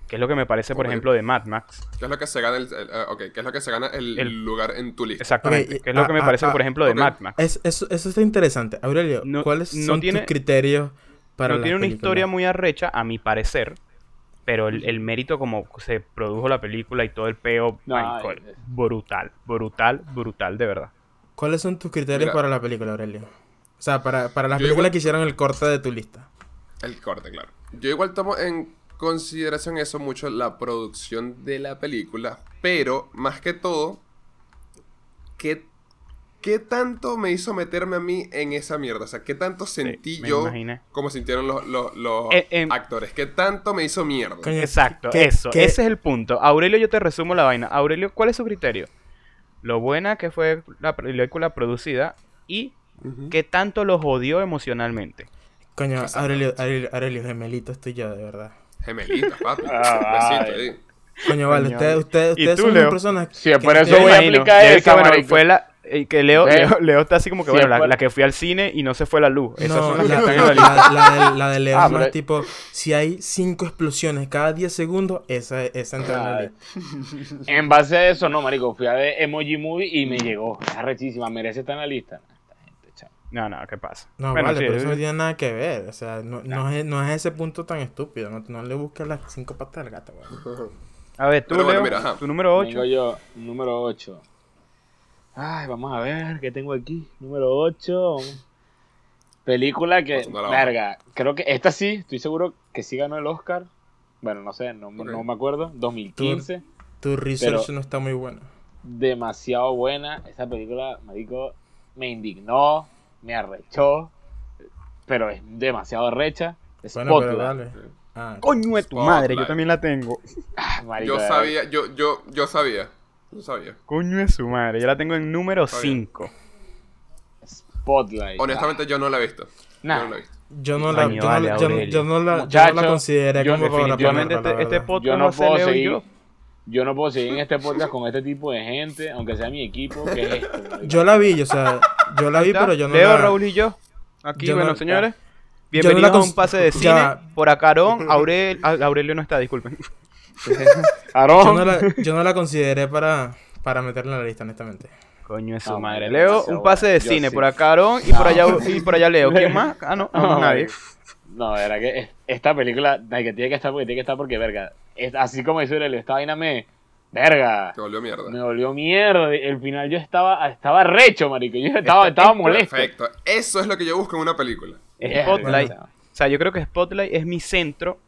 que es lo que me parece, por Ok. ejemplo, de Mad Max. ¿Qué es lo que se gana el, el- eh, ok, ¿qué es lo que se gana el, El- lugar en tu lista? Exactamente, Ok, que es lo que me ah, parece, ah, por ejemplo, de ok. Mad Max. Es- eso, eso está interesante. Aurelio, No- ¿cuáles no son tiene- tus criterios para no las tiene una películas? historia muy arrecha, a mi parecer, pero el, el mérito como se produjo la película y todo el peo, No, marico, eh. brutal, brutal, brutal, de verdad. ¿Cuáles son tus criterios Mira. para la película, Aurelio? O sea, para, para las Yo películas igual- que hicieron el corte de tu lista. El corte, claro. Yo igual tomo en consideración eso mucho, la producción de la película, pero más que todo, ¿qué, qué tanto me hizo meterme a mí en esa mierda? O sea, ¿qué tanto sentí me yo imaginé. como sintieron los, los- los Eh, eh. actores? ¿Qué tanto me hizo mierda? Coño, Exacto, ¿qué- eso, qué- ese es el punto. Aurelio, yo te resumo la vaina. Aurelio, ¿cuál es su criterio? Lo buena que fue la película producida y qué tanto lo jodió emocionalmente. Coño, Aurelio, Aurelio, Aurelio, gemelito estoy yo, de verdad. Gemelitos, papi. Ah, Besito ahí. Coño, vale, Coño. ustedes, ustedes, ¿Y ustedes tú, son las Leo? personas Sí, por no eso tienen- voy a aplicar yo dije, esa, bueno, marico. fue la eh, que Leo, Ve. Leo, Leo está así como que Sí, bueno, la, fue- la que fui al cine y no se fue la luz. Esas No, son las que la, están en la lista. la- la de, la de León Ah, no pero- es tipo, si hay cinco explosiones cada 10 segundos, esa, esa entra en la Ay. lista. En base a eso, no, marico. Fui a ver Emoji Movie y me llegó. Es arrechísima, merece estar en la lista. Esta gente, chao. No, no, ¿qué pasa? No, Bueno, vale, sí, pero eso no eh, tiene nada que ver. O sea, no, no es, no es ese punto tan estúpido. No, no le busques las cinco patas al gato, weón. A ver, tú, Pero bueno, Leo, mira, ajá. tu número 8. Tengo yo, número 8. Ay, vamos a ver qué tengo aquí. Número 8. Película que, Pasando la hoja. verga, creo que esta sí, estoy seguro que sí ganó el Oscar. Bueno, no sé, no, no me acuerdo. 2015. Tu research Pero- no está muy bueno. demasiado buena. Esa película, marico, me indignó, me arrechó, pero es demasiado recha. Bueno, pero Spotlight. dale. Ah, Coño de tu Spotlight. madre, yo también la tengo. Ah, marico, Yo de verdad. sabía, yo, yo, yo sabía. Yo sabía. Coño de su madre, yo la tengo en número Está bien. 5. Spotlight. Honestamente, yo no la he visto. Nah. Yo no la he visto. yo no la, Coño, yo, no- vale, yo no- Aurelio. yo no la, yo no la Muchacho, consideré yo como para la Definitivamente primera, este, la este verdad. yo podcast no no se puedo Leo y seguir. yo. Yo no puedo seguir en este podcast con este tipo de gente, aunque sea mi equipo, que es esto. marico? Yo la vi, o sea, yo la vi, Ya, pero yo no Leo, la... Raúl y yo. Aquí, Yo no- bueno, señores. Yo no la Bienvenidos a un cons- pase de Ya. cine. Por acá, Aarón, Aurel, A- Aurelio no está, disculpen. Aarón. Yo no la, yo no la consideré para, para meterla en la lista, honestamente. Coño de su No, madre. marico, Leo, demasiado un pase de bueno. Yo cine. sí. Por acá, Aarón y, por allá, y por allá Leo. ¿Quién más? Ah, no, no, No, nadie. marico. No, de verdad que es- esta película, ay, que tiene que estar porque tiene que estar porque, verga, es- así como dice Aurelio, esta vaina me, verga, Te volvió mierda. me volvió mierda. El final yo estaba, estaba recho, marico, yo estaba, Este estaba molesto. Perfecto. Eso es lo que yo busco en una película. Verga, Spotlight. o sea, O sea, yo creo que Spotlight es mi centro.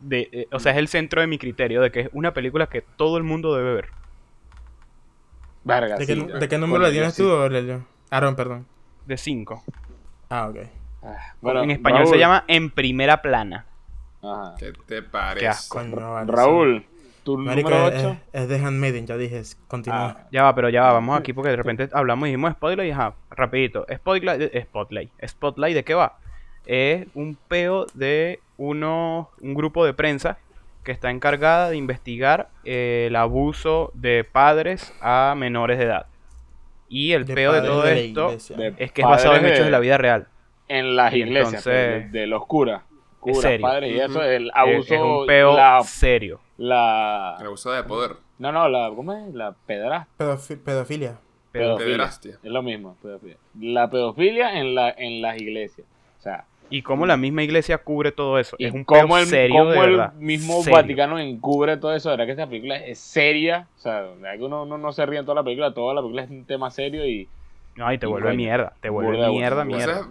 De, eh, o sea, es el centro de mi criterio de que es una película que todo el mundo debe ver. Verga, ¿De qué, sí, nu- yo- de qué número coño, le tienes yo tú, sí. Aurelio? Aaron, perdón. De 5. Ah, ok. Ah, bueno, en español se Raúl. llama En Primera Plana. Ajá. ¿Qué te Qué parece? asco. Coño, vale, Raúl, tu sí. Marico, número Ah, es, 8. es de Handmaiden, ya dije. es- Continúa. Ya va, pero ya va, vamos aquí porque de repente hablamos y dijimos Spotlight y ajá, rapidito. Spotlight, eh, Spotlight, Spotlight, ¿de qué va? Es un peo de uno, un grupo de prensa que está encargada de investigar eh, el abuso de padres a menores de edad. Y el peo de padres todo la esto iglesia. de- es que es basado en Padres de- hechos de la vida real. En las Y iglesias, entonces- pues, de, de los curas, curas, serio. padres y eso, el Es, abuso, es un peo la, serio. El la, abuso de poder. no, no, la, ¿cómo es? La pedra Pedofi- pedofilia. pedofilia. Pederastia. Es lo mismo, pedofilia. La pedofilia en, la, en las iglesias. O sea, Y cómo la misma iglesia cubre todo eso. Y es un cómo peo el, serio cómo de el verdad. mismo Serio. Vaticano encubre todo eso. De verdad que esta película es seria. O sea, de verdad que uno, uno no se ríe en toda la película. Toda la película es un tema serio y No, y te y vuelve coño, mierda. Te vuelve burda de mierda, bueno. O mierda. sea,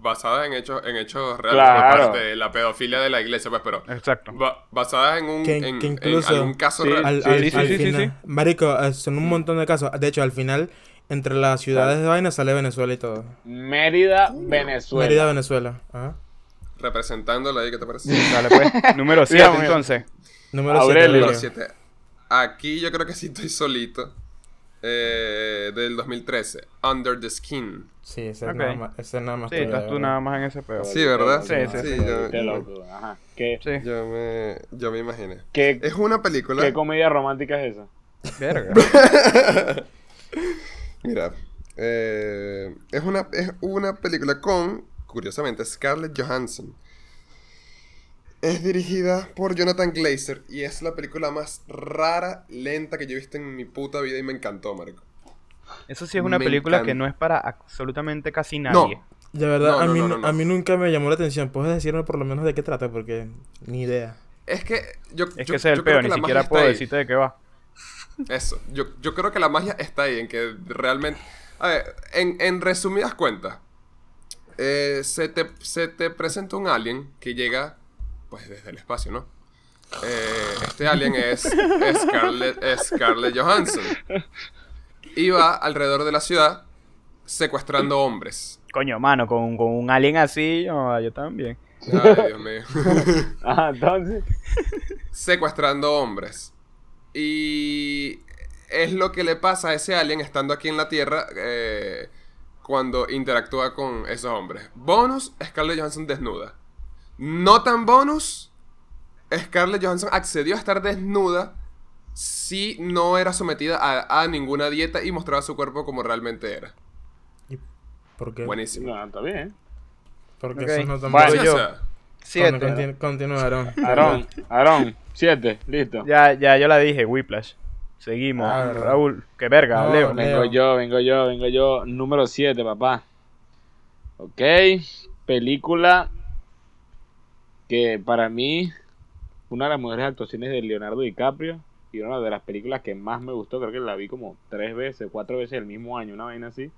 basada en hechos, en hechos reales, Claro. aparte de la pedofilia de la iglesia, pues, pero Exacto. ba- basada en un Que- en, que en incluso- algún caso Sí. real. Al, Sí, al- sí, sí, al sí, sí, final. Marico, eh, son un montón de casos. De hecho, al final, entre las ciudades de vaina sale Venezuela y todo. Mérida, Venezuela. Mérida, Venezuela. Ah. Ajá. Representándola ahí, ¿qué te parece? Dale, pues. Número 7, amigo. entonces. Número Aurelio. 7. Número siete. Aquí yo creo que sí estoy solito. Eh, del 2013. Under the Skin. Sí, ese Ok. es nada más. Ese es nada más Sí, tuyo, estás tú ¿verdad? nada más en ese pedo. Sí, ¿verdad? Sí, sí, sí. yo, yo- loco. Ajá. ¿Qué, Sí. Yo me, yo me imaginé. qué, Es una película. qué comedia romántica es esa? Verga. Mira, eh, es, una, es una película con, curiosamente, Scarlett Johansson. Es dirigida por Jonathan Glazer y es la película más rara, lenta que yo he visto en mi puta vida y me encantó, marico. Eso sí es una Me película encanta. que no es para absolutamente casi No, nadie. De verdad, No, a, no, mí, no, no, no. a mí nunca me llamó la atención. ¿Puedes decirme por lo menos de qué trata? Porque ni idea. es que yo, Es yo- que ese es yo el creo pedo, que ni la siquiera magia puedo está ahí. decirte de qué va. Eso, yo, yo creo que la magia está ahí, en que realmente... A ver, en, en resumidas cuentas, eh, se, te, se te presenta un alien que llega, pues, desde el espacio, ¿no? Eh, este alien es Scarlett, Scarlett Johansson. Y va alrededor de la ciudad secuestrando hombres. Coño, mano, con, con un alien así, no, yo también. Ay, Dios mío. Ajá, entonces. secuestrando hombres. Y es lo que le pasa a ese alien estando aquí en la Tierra eh, cuando interactúa con esos hombres. Bonus, Scarlett Johansson desnuda. No tan bonus, Scarlett Johansson accedió a estar desnuda si no era sometida a, a ninguna dieta y mostraba su cuerpo como realmente era. ¿Por qué? Buenísimo. No, está bien. Porque Ok. eso no tan Bueno, Sí, bueno. o yo- sea, Bueno, 7. continu- continuaron. Aarón, Aarón, siete, listo. Ya, ya, yo la dije, Whiplash. Seguimos. Ah, verdad. Raúl, qué verga, No, Leo. Leo. Vengo yo, vengo yo, vengo yo. Número 7, papá. Ok. Película que para mí, una de las mejores actuaciones de Leonardo DiCaprio y una de las películas que más me gustó, creo que la vi como tres veces, cuatro veces el mismo año, una vaina así.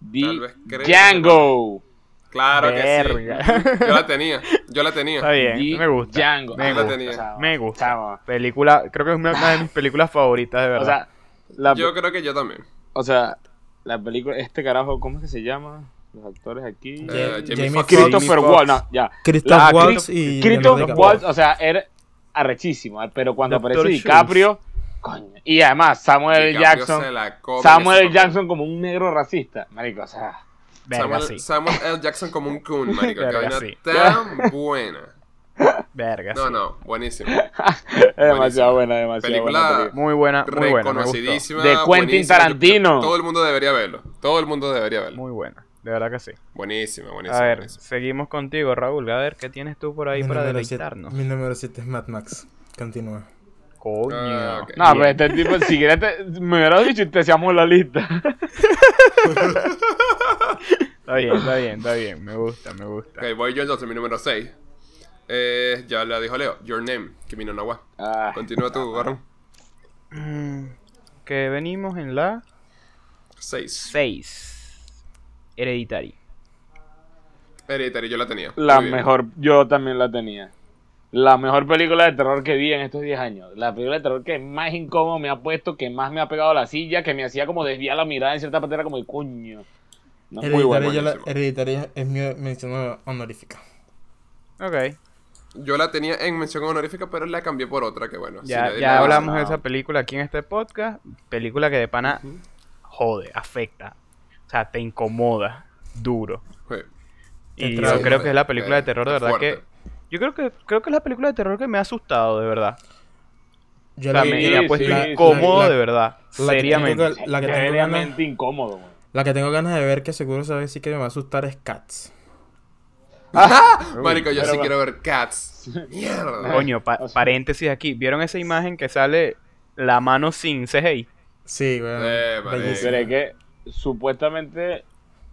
Di Tal vez creo que- Django. claro que Verga. sí. Yo la tenía, yo la tenía. Está bien, Di me gusta. Django. Me Yo Ah, la gusta. tenía. chamo, Me gusta. chamo. Película, creo que es una, una de mis películas favoritas, de verdad. O sea, la, Yo creo que yo también. o sea, la película, este carajo, ¿cómo es que se llama? Los actores aquí. Eh, Ja- Jamie Jamie Foxx. Christopher Jamie Waltz, Foxx. no, ya. Christoph La- Waltz Chris- y Christoph Leonardo Waltz, o sea, era arrechísimo, eh, pero cuando Doctor aparece Schultz. DiCaprio, coño, y además Samuel DiCaprio se Jackson, la come en ese Samuel papel. Jackson como un negro racista, marico, o sea, verga, Samuel, sí. Samuel L. Jackson como un coon, marico. Qué Verga, vaina sí. tan buena. Verga, No, sí. no, buenísimo. es demasiado buena, demasiado Película buena. película. Muy buena, muy buena. Me gustó. Reconocidísima. De Quentin buenísima. Yo- Tarantino. Todo el mundo debería verlo. Todo el mundo debería verlo. Muy buena, de verdad que sí. Buenísima, buenísima. A ver, buenísima. seguimos contigo, Raúl. A ver, ¿qué tienes tú por ahí Mi para número siete- deleitarnos? Mi número 7 es Mad Max. Continúa. Coño. pues, Ah, ok. No, pero este tipo, si quieres, te- me hubieras dicho y te hacíamos la lista. Está bien, está bien, está bien. Me gusta, me gusta. Ok, voy yo entonces, mi número 6. ya la dijo Leo. Your name, Kimi no na wa. Ah, Continúa tú, Barón. Mm, Que venimos en la 6. 6. Hereditary. Hereditary, yo la tenía. la Muy bien. mejor, yo también la tenía. La mejor película de terror que vi en estos 10 años. La película de terror que más incómodo me ha puesto, que más me ha pegado a la silla, que me hacía como desviar la mirada en cierta parte, era como de coño. No, muy buena. Hereditaria, yo la- buenísimo. Hereditaria es mi mención honorífica. Ok. Yo la tenía en mención honorífica, pero la cambié por otra, que bueno. si Ya, nadie la ya hace, hablamos de no. esa película aquí en este podcast. Película que de pana jode, afecta. O sea, te incomoda. Duro. fue- Y Te trauma. yo creo que es la película de terror, de Es verdad que. fuerte. Yo creo que creo que es la película de terror que me ha asustado, de verdad. Yo O sea, la- me, Sí, me ha puesto sí, sí. incómodo, La- de verdad. la que tengo seriamente. que- la que tengo ganas- Realmente incómodo, güey. la que tengo ganas de ver, que seguro sabes sí que me va a asustar, es Cats. Marico, yo Pero sí va- quiero ver Cats. Mierda. Coño, pa- paréntesis aquí. ¿Vieron esa imagen que sale la mano sin CGI? Sí, weón. Eh, marico. Bellísimo. Pero es que supuestamente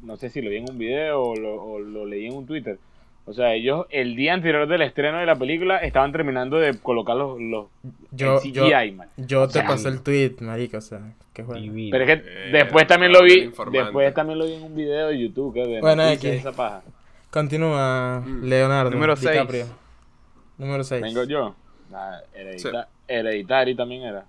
no sé si lo vi en un video o lo, o lo leí en un Twitter. O sea, ellos el día anterior del estreno de la película estaban terminando de colocar los, los Yo, el CGI, yo, man. yo te sea, pasé el tweet, marico, o sea, qué bueno. Divino. Pero es que Eh, después también lo vi, informante. después también lo vi en un video de YouTube que de Bueno, noticias, X. esa paja. Continúa, Mm. Leonardo Número seis. DiCaprio. Número 6. Vengo yo. Nah, heredita- Hereditary también era.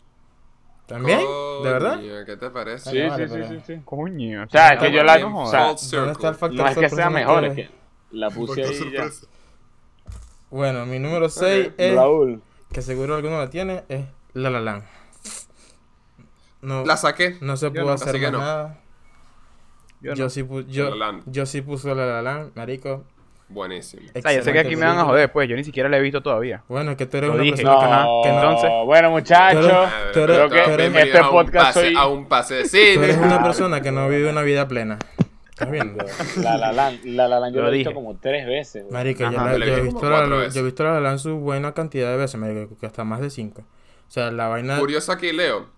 ¿También? ¿De verdad? Coño, ¿Qué te parece? Sí, vale, sí, pero- sí, sí, sí. Coño. O sea, qué es que yo bueno, la. no Full o jodas. sea, ¿Dónde circle. está el factor no es que sorpresa sea en el mejor, que- es que la puse Factor ahí ya. sorpresa. Bueno, mi número 6 es, Raúl. que seguro alguno la tiene, es La La Land. No, La saqué. no se Yo pudo no, hacer así que más no. nada. Yo, Yo no. sí pu- yo, La La Land. yo sí puso La La Land, marico. Buenísimo. Eh, O sea, yo sé que aquí me van a joder, pues. Yo ni siquiera la he visto todavía. Bueno, es que tú eres Lo una dije. persona No, que no- que no, entonces- bueno, muchachos. Ah, Tú eres- pero tú está, eres- bienvenido este a un podcast pase, soy- a un pase de Tú cine. eres una Claro, persona que no vive una vida plena. ¿Estás viendo? La La Land, La La Land yo Lo lo he visto dije. como tres veces. güey. Marica, yo, Ajá. la- Lo he yo he visto visto como la, cuatro yo he veces. visto la Lan su buena cantidad de veces, marico, que hasta más de cinco. O sea, la vaina... Curioso aquí, Leo.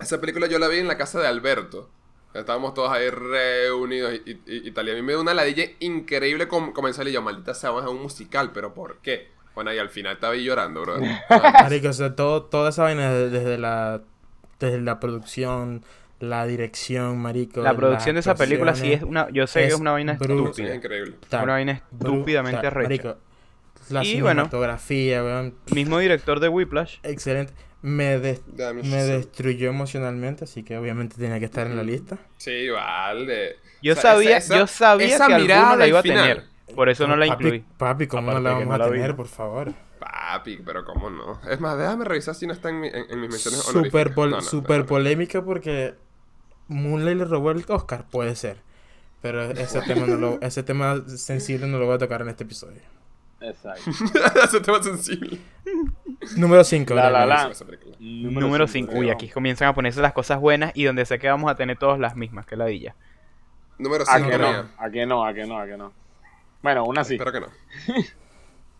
Esa película yo la vi en la casa de Alberto. Estábamos todos ahí reunidos y, y- y tal. Y a mí me dio una ladilla increíble com comenzar y yo, maldita sea, vamos a un musical, pero ¿por qué? Bueno, y al final estaba ahí llorando, bro. Marico, o sea, todo, toda esa vaina de- desde la, desde la producción, la dirección, marico. La producción de esa película sí es una una. Yo sé que es una vaina brutal. Sí, estúpida. es increíble. Una vaina estúpidamente recha. Marico, la Y bueno. cinematografía, weón, Mismo director de Whiplash. excelente. Me, des- Ya, mi- me destruyó emocionalmente, así que obviamente tenía que estar en la lista. Sí, vale. Yo O sea, sabía, esa- yo sabía esa que alguno mirada la del iba a final. tener. Por eso no la Papi- incluí. Papi, ¿cómo no Aparte la que vamos no a la vi, tener, ¿no? por favor? Papi, pero cómo no. Es más, déjame revisar si no está en, mi- en- en mis menciones Super, honoríficas. pol- No, no, super no, no. polémica porque Moonlight le robó el Oscar, puede ser. Pero ese tema, no lo, ese tema sensible no lo voy a tocar en este episodio. Exacto. Ese tema sensible. Número 5. La La Land. Esa película. Número 5. cinco, Uy, weón. aquí comienzan a ponerse las cosas buenas y donde sé que vamos a tener todas las mismas, que la dilla. Número A 5. Ah, que no, a que no, a que no, a que no. Bueno, una sí. Espero que no.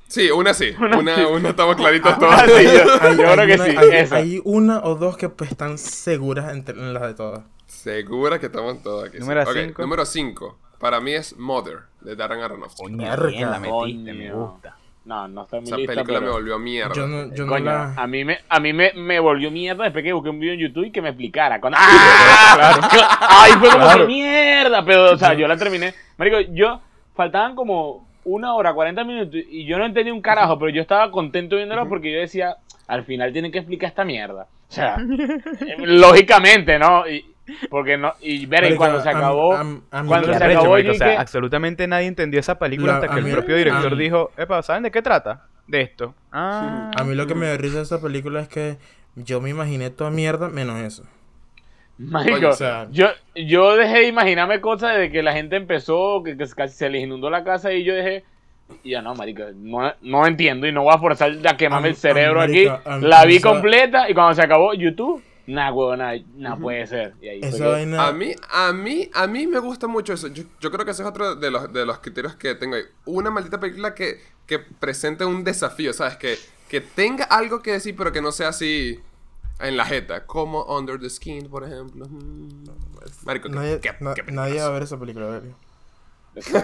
Sí, una sí. Una, una estamos claritos todos. Ah, sí, yo, yo creo que sí, Hay, esa. hay una o dos que pues, están seguras entre en las de todas. Segura que estamos todos aquí. sí. Número Ok, cinco. Número 5. Para mí es Mother, de Darren Aronofsky. Mierda, la metiste, me coño. gusta. No, no está en mi Esa lista, película me pero- volvió mierda. Yo no, yo no Coño, la... a mí, me, a mí me, me volvió mierda después que busqué un video en YouTube y que me explicara. Cuando- ¡Ah! Ay, fue como que mierda, pero o sea, yo la terminé. Marico, yo faltaban como una hora, 40 minutos y yo no entendí un carajo, pero yo estaba contento viéndola porque yo decía, al final tienen que explicar esta mierda. O sea, eh, lógicamente, ¿no? Y, porque no, y ver, y Marico, cuando se a mí- acabó, a mí- a mí cuando me Qué se arrecho, acabó, marico, yo o sea, dije, absolutamente nadie entendió esa película La- hasta a que el mí- propio director a mí- dijo, epa, ¿saben de qué trata? De esto. Ah, A mí lo que me da risa de esa película es que yo me imaginé toda mierda menos eso. Marico, Coño, o sea- yo, yo dejé de imaginarme cosas de que la gente empezó, que, que casi se les inundó la casa y yo dejé. Y ya no, marico, no, no entiendo y no voy a forzar a quemarme Am- el cerebro am- marica, aquí. am- la vi esa- completa y cuando se acabó YouTube, nah, huevón, nah, nah puede ser. Y ahí fue Esa que- vaina... A mí, a mí, a mí me gusta mucho eso. Yo, yo creo que ese es otro de los, de los criterios que tengo ahí. Una maldita película que, que presente un desafío, ¿sabes? Que, que tenga algo que decir, pero que no sea así en la jeta. Como Under the Skin, por ejemplo. Mm. Marico, que, Nadie, que- na- que nadie va a ver esa película, ¿verdad?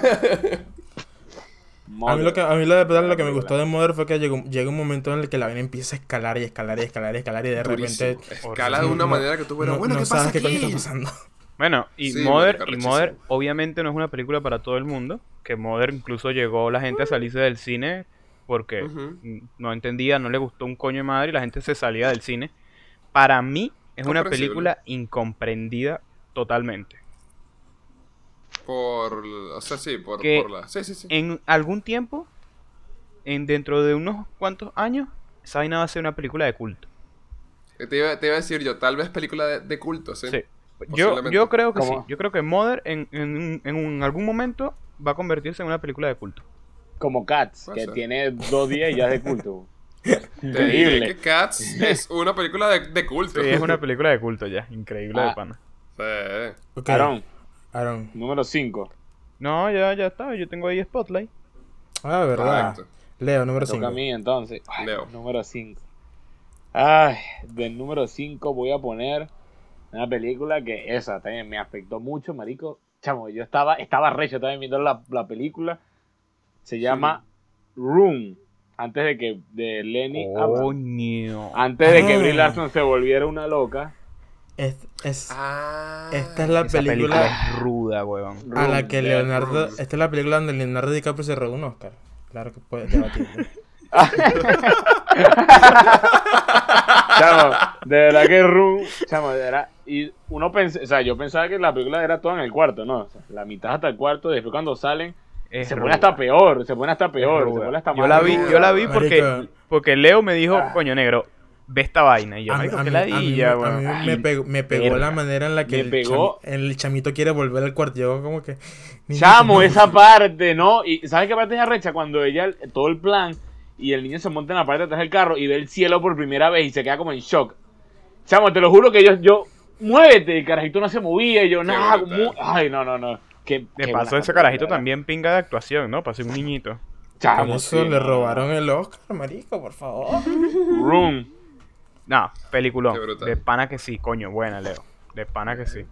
A mí, Mother. lo que, a mí la de verdad lo que me gustó de Mother fue que llegó, llega un momento en el que la vaina empieza a escalar y escalar y escalar y escalar y de durísimo. repente... Escala de una no- manera que tú, bueno, no- bueno, no ¿qué sabes pasa qué coño está aquí? pasando. Bueno, y Sí, Mother, marica, y rechísimo. Mother obviamente no es una película para todo el mundo, que Mother incluso llegó la gente a salirse del cine porque Ujú. mm, no entendía, no le gustó un coño de madre y la gente se salía del cine. Para mí es una Comprensible. película incomprendida totalmente. Por, o sea, sí, por, Que- por la... Sí, sí, sí. En algún tiempo, en dentro de unos cuantos años, esa vaina va a ser una película de culto. Te iba, te iba a decir yo, tal vez película de, de culto, ¿sí? Sí. Yo, Posiblemente. yo creo que sí. ¿Cómo? Yo creo que Mother en, en un- en un- algún momento va a convertirse en una película de culto. Como Cats, Puede que ser. tiene dos días y ya es de culto. Te diré Increíble. que Cats es una película de, de culto. Sí, es una película de culto ya. Increíble Ah. de pana. Sí. eh, Ok, Carón, Aaron. número 5. No, ya, ya está. Yo tengo ahí Spotlight. Ah, verdad. Correcto. Leo, número Toca 5. a mí entonces. Ay, Leo. Número 5. Ay, del número 5 voy a poner una película que esa también me afectó mucho, marico. chamo, yo estaba, estaba recho también viendo la, la película. Se llama Room. Antes de que de Lenny Abra- Coño. Antes de que Brie Oh, Ah. Larson se volviera una loca. Es- es- Ah. esta es la Esa película película es ruda, weón. a la Room, que de- Leonardo. Room. Esta es la película donde Leonardo DiCaprio se robó un Oscar. Claro que puede debatirlo. Chamo, de verdad que Room, chamo, de verdad, y uno pensé, o sea, yo pensaba que la película era toda en el cuarto, ¿no? O sea, la mitad hasta el cuarto, después cuando salen, Es se pone ruda. hasta peor, se pone hasta peor, se ruda. pone hasta Yo más la vi, ruda. Ah. yo la vi porque, Marico. porque Leo me dijo, coño negro, ve esta vaina. Y yo, A mí- marico, a qué mí- a mí ladilla, me- a weón. mí me pegó, me pegó la verga. manera en la que Me el, pegó. chami- el chamito quiere volver al cuarto. Yo como que... Chamo, esa parte, ¿no? Y ¿sabes qué parte es arrecha? Cuando ella, todo el plan, y el niño se monta en la parte de atrás del carro y ve el cielo por primera vez y se queda como en shock. Chamo, te lo juro que yo, yo, muévete, el carajito no se movía, y yo, Qué nada, brutal. ay, no, no, no. Qué, De qué paso, buena ese película, carajito ¿verdad? también pinga de actuación, ¿no? Para ser un niñito. Con Chamo, eso sí, le no. robaron el Oscar, marico, por favor. Room. No, Qué peliculón. brutal. De pana que sí, coño, buena, Leo. De pana que sí.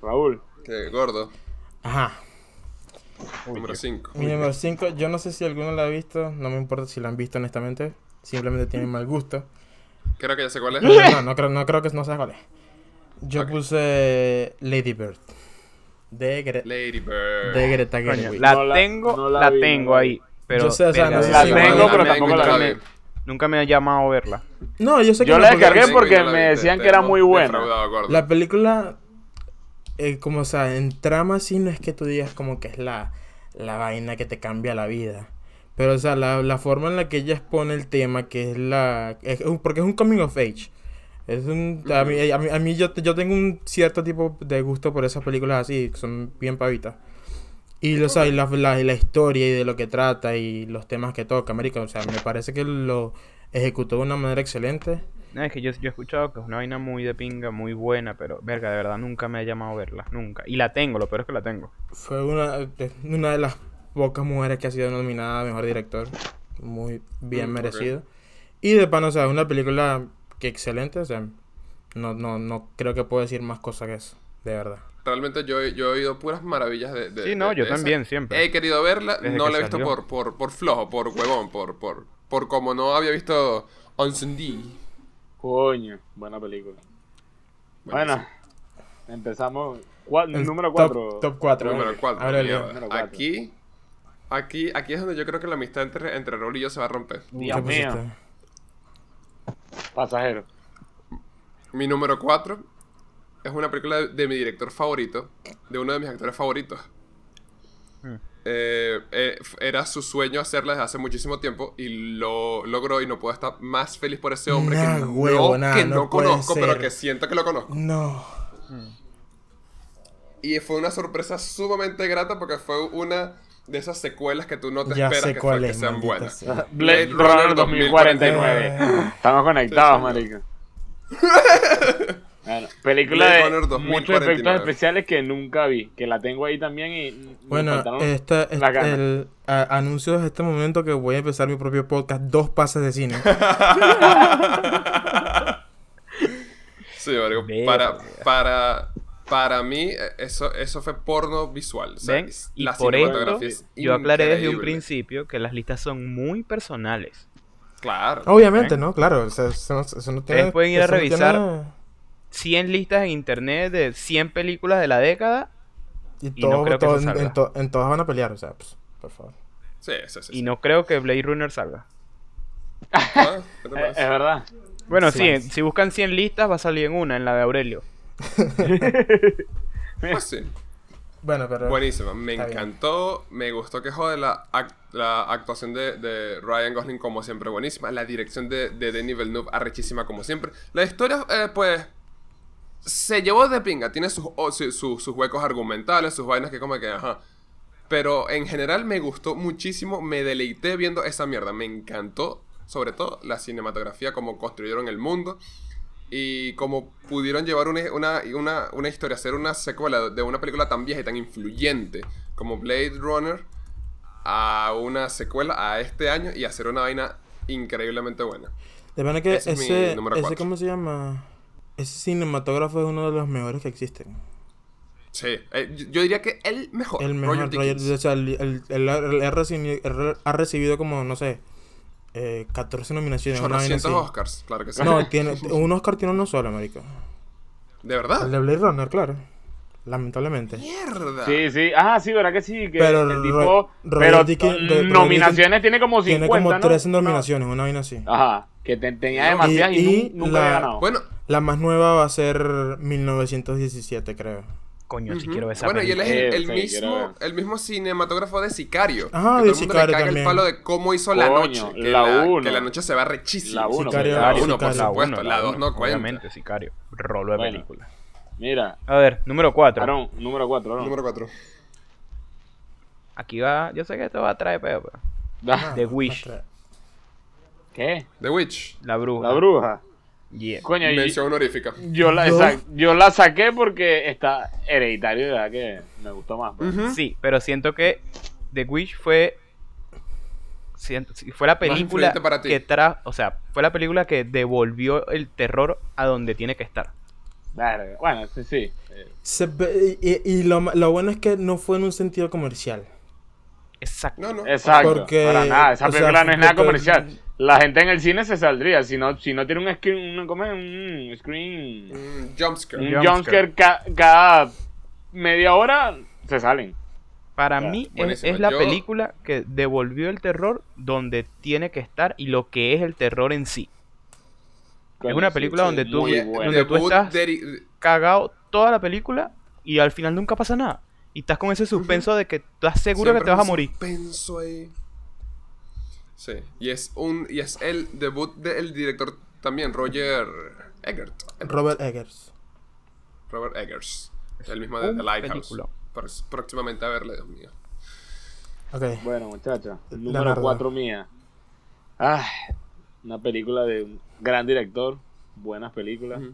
Raúl. Qué gordo. Ajá. Número 5. Mi número 5, yo no sé si alguno la ha visto, no me importa si la han visto honestamente, simplemente tienen mal gusto. Creo que ya sé cuál es. Pero no, no creo, no creo que no sea cuál es. Yo Ok. puse Lady Bird de, Gre- Lady Bird. de Greta Coño, Gerwig. la No la- tengo, no la la, vi, tengo no la vi. ahí. Pero Yo sé, o sea, verga, no sé la si igual- tengo, pero La tengo tampoco y no la la me, vi. nunca me ha llamado a verla. No, yo sé que Yo no, la porque- descargué Tengo y porque no la vi, me te- decían te que era hemos muy buena. defraudado, gordo. La película, eh, como o sea, en trama sí no es que tú digas como que es la, la vaina que te cambia la vida. Pero, o sea, la, la forma en la que ella expone el tema, que es la... es un- porque es un coming of age. Es un, a mí, a mí- a mí yo, yo tengo un cierto tipo de gusto por esas películas así, que son bien pavitas. Y, o sea, y la, la- y la historia y de lo que trata y los temas que toca, América. O sea, me parece que lo ejecutó de una manera excelente. No, es que yo, yo he escuchado que es una vaina muy de pinga, muy buena, pero verga, de verdad nunca me ha llamado a verla, nunca. Y la tengo, lo peor es que la tengo. Fue una, de- una de las pocas mujeres que ha sido nominada a mejor director. Muy bien Mm, ok. merecido. Y de pan, o sea, es una película que excelente. O sea, no, no, no creo que puedo decir más cosas que eso. De verdad. Realmente yo, he- yo he oído puras maravillas de. de Sí, no, de- yo de esa. también, siempre. He querido verla, Desde no que la he visto salió. por, por, por flojo, por huevón, por, por, por como no había visto Onsen D. Coño, buena película. Buenísimo. Bueno, empezamos. Cua- El número top- 4. Top 4. Número 4. Número cuatro. Aquí, aquí, aquí es donde yo creo que la amistad entre, entre Raúl y yo se va a romper. Dios mío, pasajero. Mi número 4 es una película de, de mi director favorito, de uno de mis actores favoritos. Hmm. Eh, eh, f- era su sueño hacerla desde hace muchísimo tiempo y lo logró y no puedo estar más feliz por ese hombre Nah, que, huevo, no, nah, que no no, puede conozco, pero ser. que siento que lo conozco. No. Y fue una sorpresa sumamente grata porque fue una de esas secuelas que tú no te Ya esperas sé que, cuál fue- que es, sean maldita buenas. sea. Blade Runner 2049. Estamos conectados, marico. Bueno, película Blade de Runner 2049. muchos efectos especiales que nunca vi, que la tengo ahí también y me Bueno, eh, faltaron esta, las esta- ganas. el, a- anuncio desde este momento que voy a empezar mi propio podcast. Dos pases de cine. Sí, marico, Verga. para, para, para mí eh, eso, eso fue porno visual. o sea, ¿Ven? es- Y la por cinematografía esto, es Yo aclaré desde un increíble. principio que las listas son muy personales. Claro. Obviamente, ¿no? Claro. o sea, eso, no- eso no tiene... Ustedes pueden ir a eso no revisar tiene- 100 listas en internet de 100 películas de la década Y, no todo- creo que todo- eso salga. en, to- en todas van a pelear, o sea, pues, por favor. Sí, sí, Este, sí. y no creo que Blade Runner salga. Ah, ¿qué te Eh, Es parece? verdad. Bueno, Sí. sí, en- si buscan 100 listas va a salir en una, en la de Aurelio. Pues sí. Bueno, pero. Buenísima. Me Está bien. encantó. Me gustó que jode la, ac- la actuación de, de Ryan Gosling, como siempre, buenísima. La dirección de, de Denis Villeneuve, arrechísima, como siempre. La historia, eh, pues. Se llevó de pinga. Tiene sus, o- su- su- sus huecos argumentales, sus vainas que, como que, ajá. Pero en general me gustó muchísimo. Me deleité viendo esa mierda. Me encantó, sobre todo, la cinematografía, cómo construyeron el mundo. Y como pudieron llevar una, una, una, una historia, hacer una secuela de una película tan vieja y tan influyente como Blade Runner a una secuela a este año y hacer una vaina increíblemente buena. De verdad que Ese ese. es mi Ese, número cuatro. ¿Cómo se llama? Ese cinematógrafo es uno de los mejores que existen. Sí, eh, yo- yo diría que el mejor. El mejor Roger Roger- Dickens. o sea, el, el- el- el- ha recibido, el- ha recibido como, no sé, eh, 14 nominaciones. una vaina 800 así. Oscars, claro que sí. No, tiene, un Oscar tiene uno solo, marico. ¿De El verdad? de Blade Runner, claro. Lamentablemente. Mierda. Sí, sí. Ah, sí, ¿verdad que sí? Que Pero el Ro- tipo. Roger pero Dickens- de- Roger nominaciones tiene como 50. Tiene como ¿no? 13 No. Ah. nominaciones, una vaina así. Ajá. Que te- tenía Y- demasiadas y, y nu- nunca había la- ganado. Bueno, La más nueva va a ser 1917, creo. Coño, si ujú. quiero ver esa bueno, y él es el, película. el Sí, quiero mismo, ver. el mismo cinematógrafo de Sicario. que Ajá, de todo el mundo Sicario le caga también. el palo de cómo hizo la Coño, noche. Que la la, uno. que la noche se va rechísima. La uno, Sicario, claro. La uno, por Sicario. supuesto. uno, pues, la dos uno, no cuenta. Obviamente, Sicario. Rolo de Bueno. película. Mira, A ver, número 4. Aarón, número 4. Aarón. Número 4. Aquí va. Yo sé que esto va a traer peo, pero. Ah, Da- The Wish. ¿Qué? The Witch. La bruja. La bruja. Yeah. Coño, y- Mención honorífica. yo, la, Yo- exact- yo la saqué porque está hereditario, de ¿verdad? Que me gustó más. pues. Ujú. Sí, pero siento que The Wish fue. siento- sí, fue la película influyente para ti. que trajo. O sea, fue la película que devolvió el terror a donde tiene que estar. Verga. Bueno, sí, sí. Eh, Se ve- y y lo, ma- lo bueno es que no fue en un sentido comercial. Exacto. No, no. Exacto. Porque- para nada. Esa o sea, película no es nada porque- comercial. La gente en el cine se saldría. Si no, si no tiene un screen. Un, ¿cómo es? un screen. Mm, Jumpscare. Un jumpscare. jumpscare ca- cada media hora se salen. Para Ya, mí es, buenísimo. es la Yo- película que devolvió el terror donde tiene que estar y lo que es el terror en sí. Coño, una sí, película sí, donde tú- Muy Oye, buena. donde tú debut estás- de- Cagado toda la película y al final nunca pasa nada. Y estás con ese suspenso de que estás seguro que Siempre te vas a un morir. suspenso ahí. Sí, y es un y es el debut del director también, Roger Eggert. Robert Eggers. Robert Eggers, el mismo de Un The Lighthouse. película. Pr- Próximamente a verle, Dios mío. Ok. Bueno, muchacha, número Leonardo. 4 mía. Ah, una película de un gran director, buenas películas, Ujú.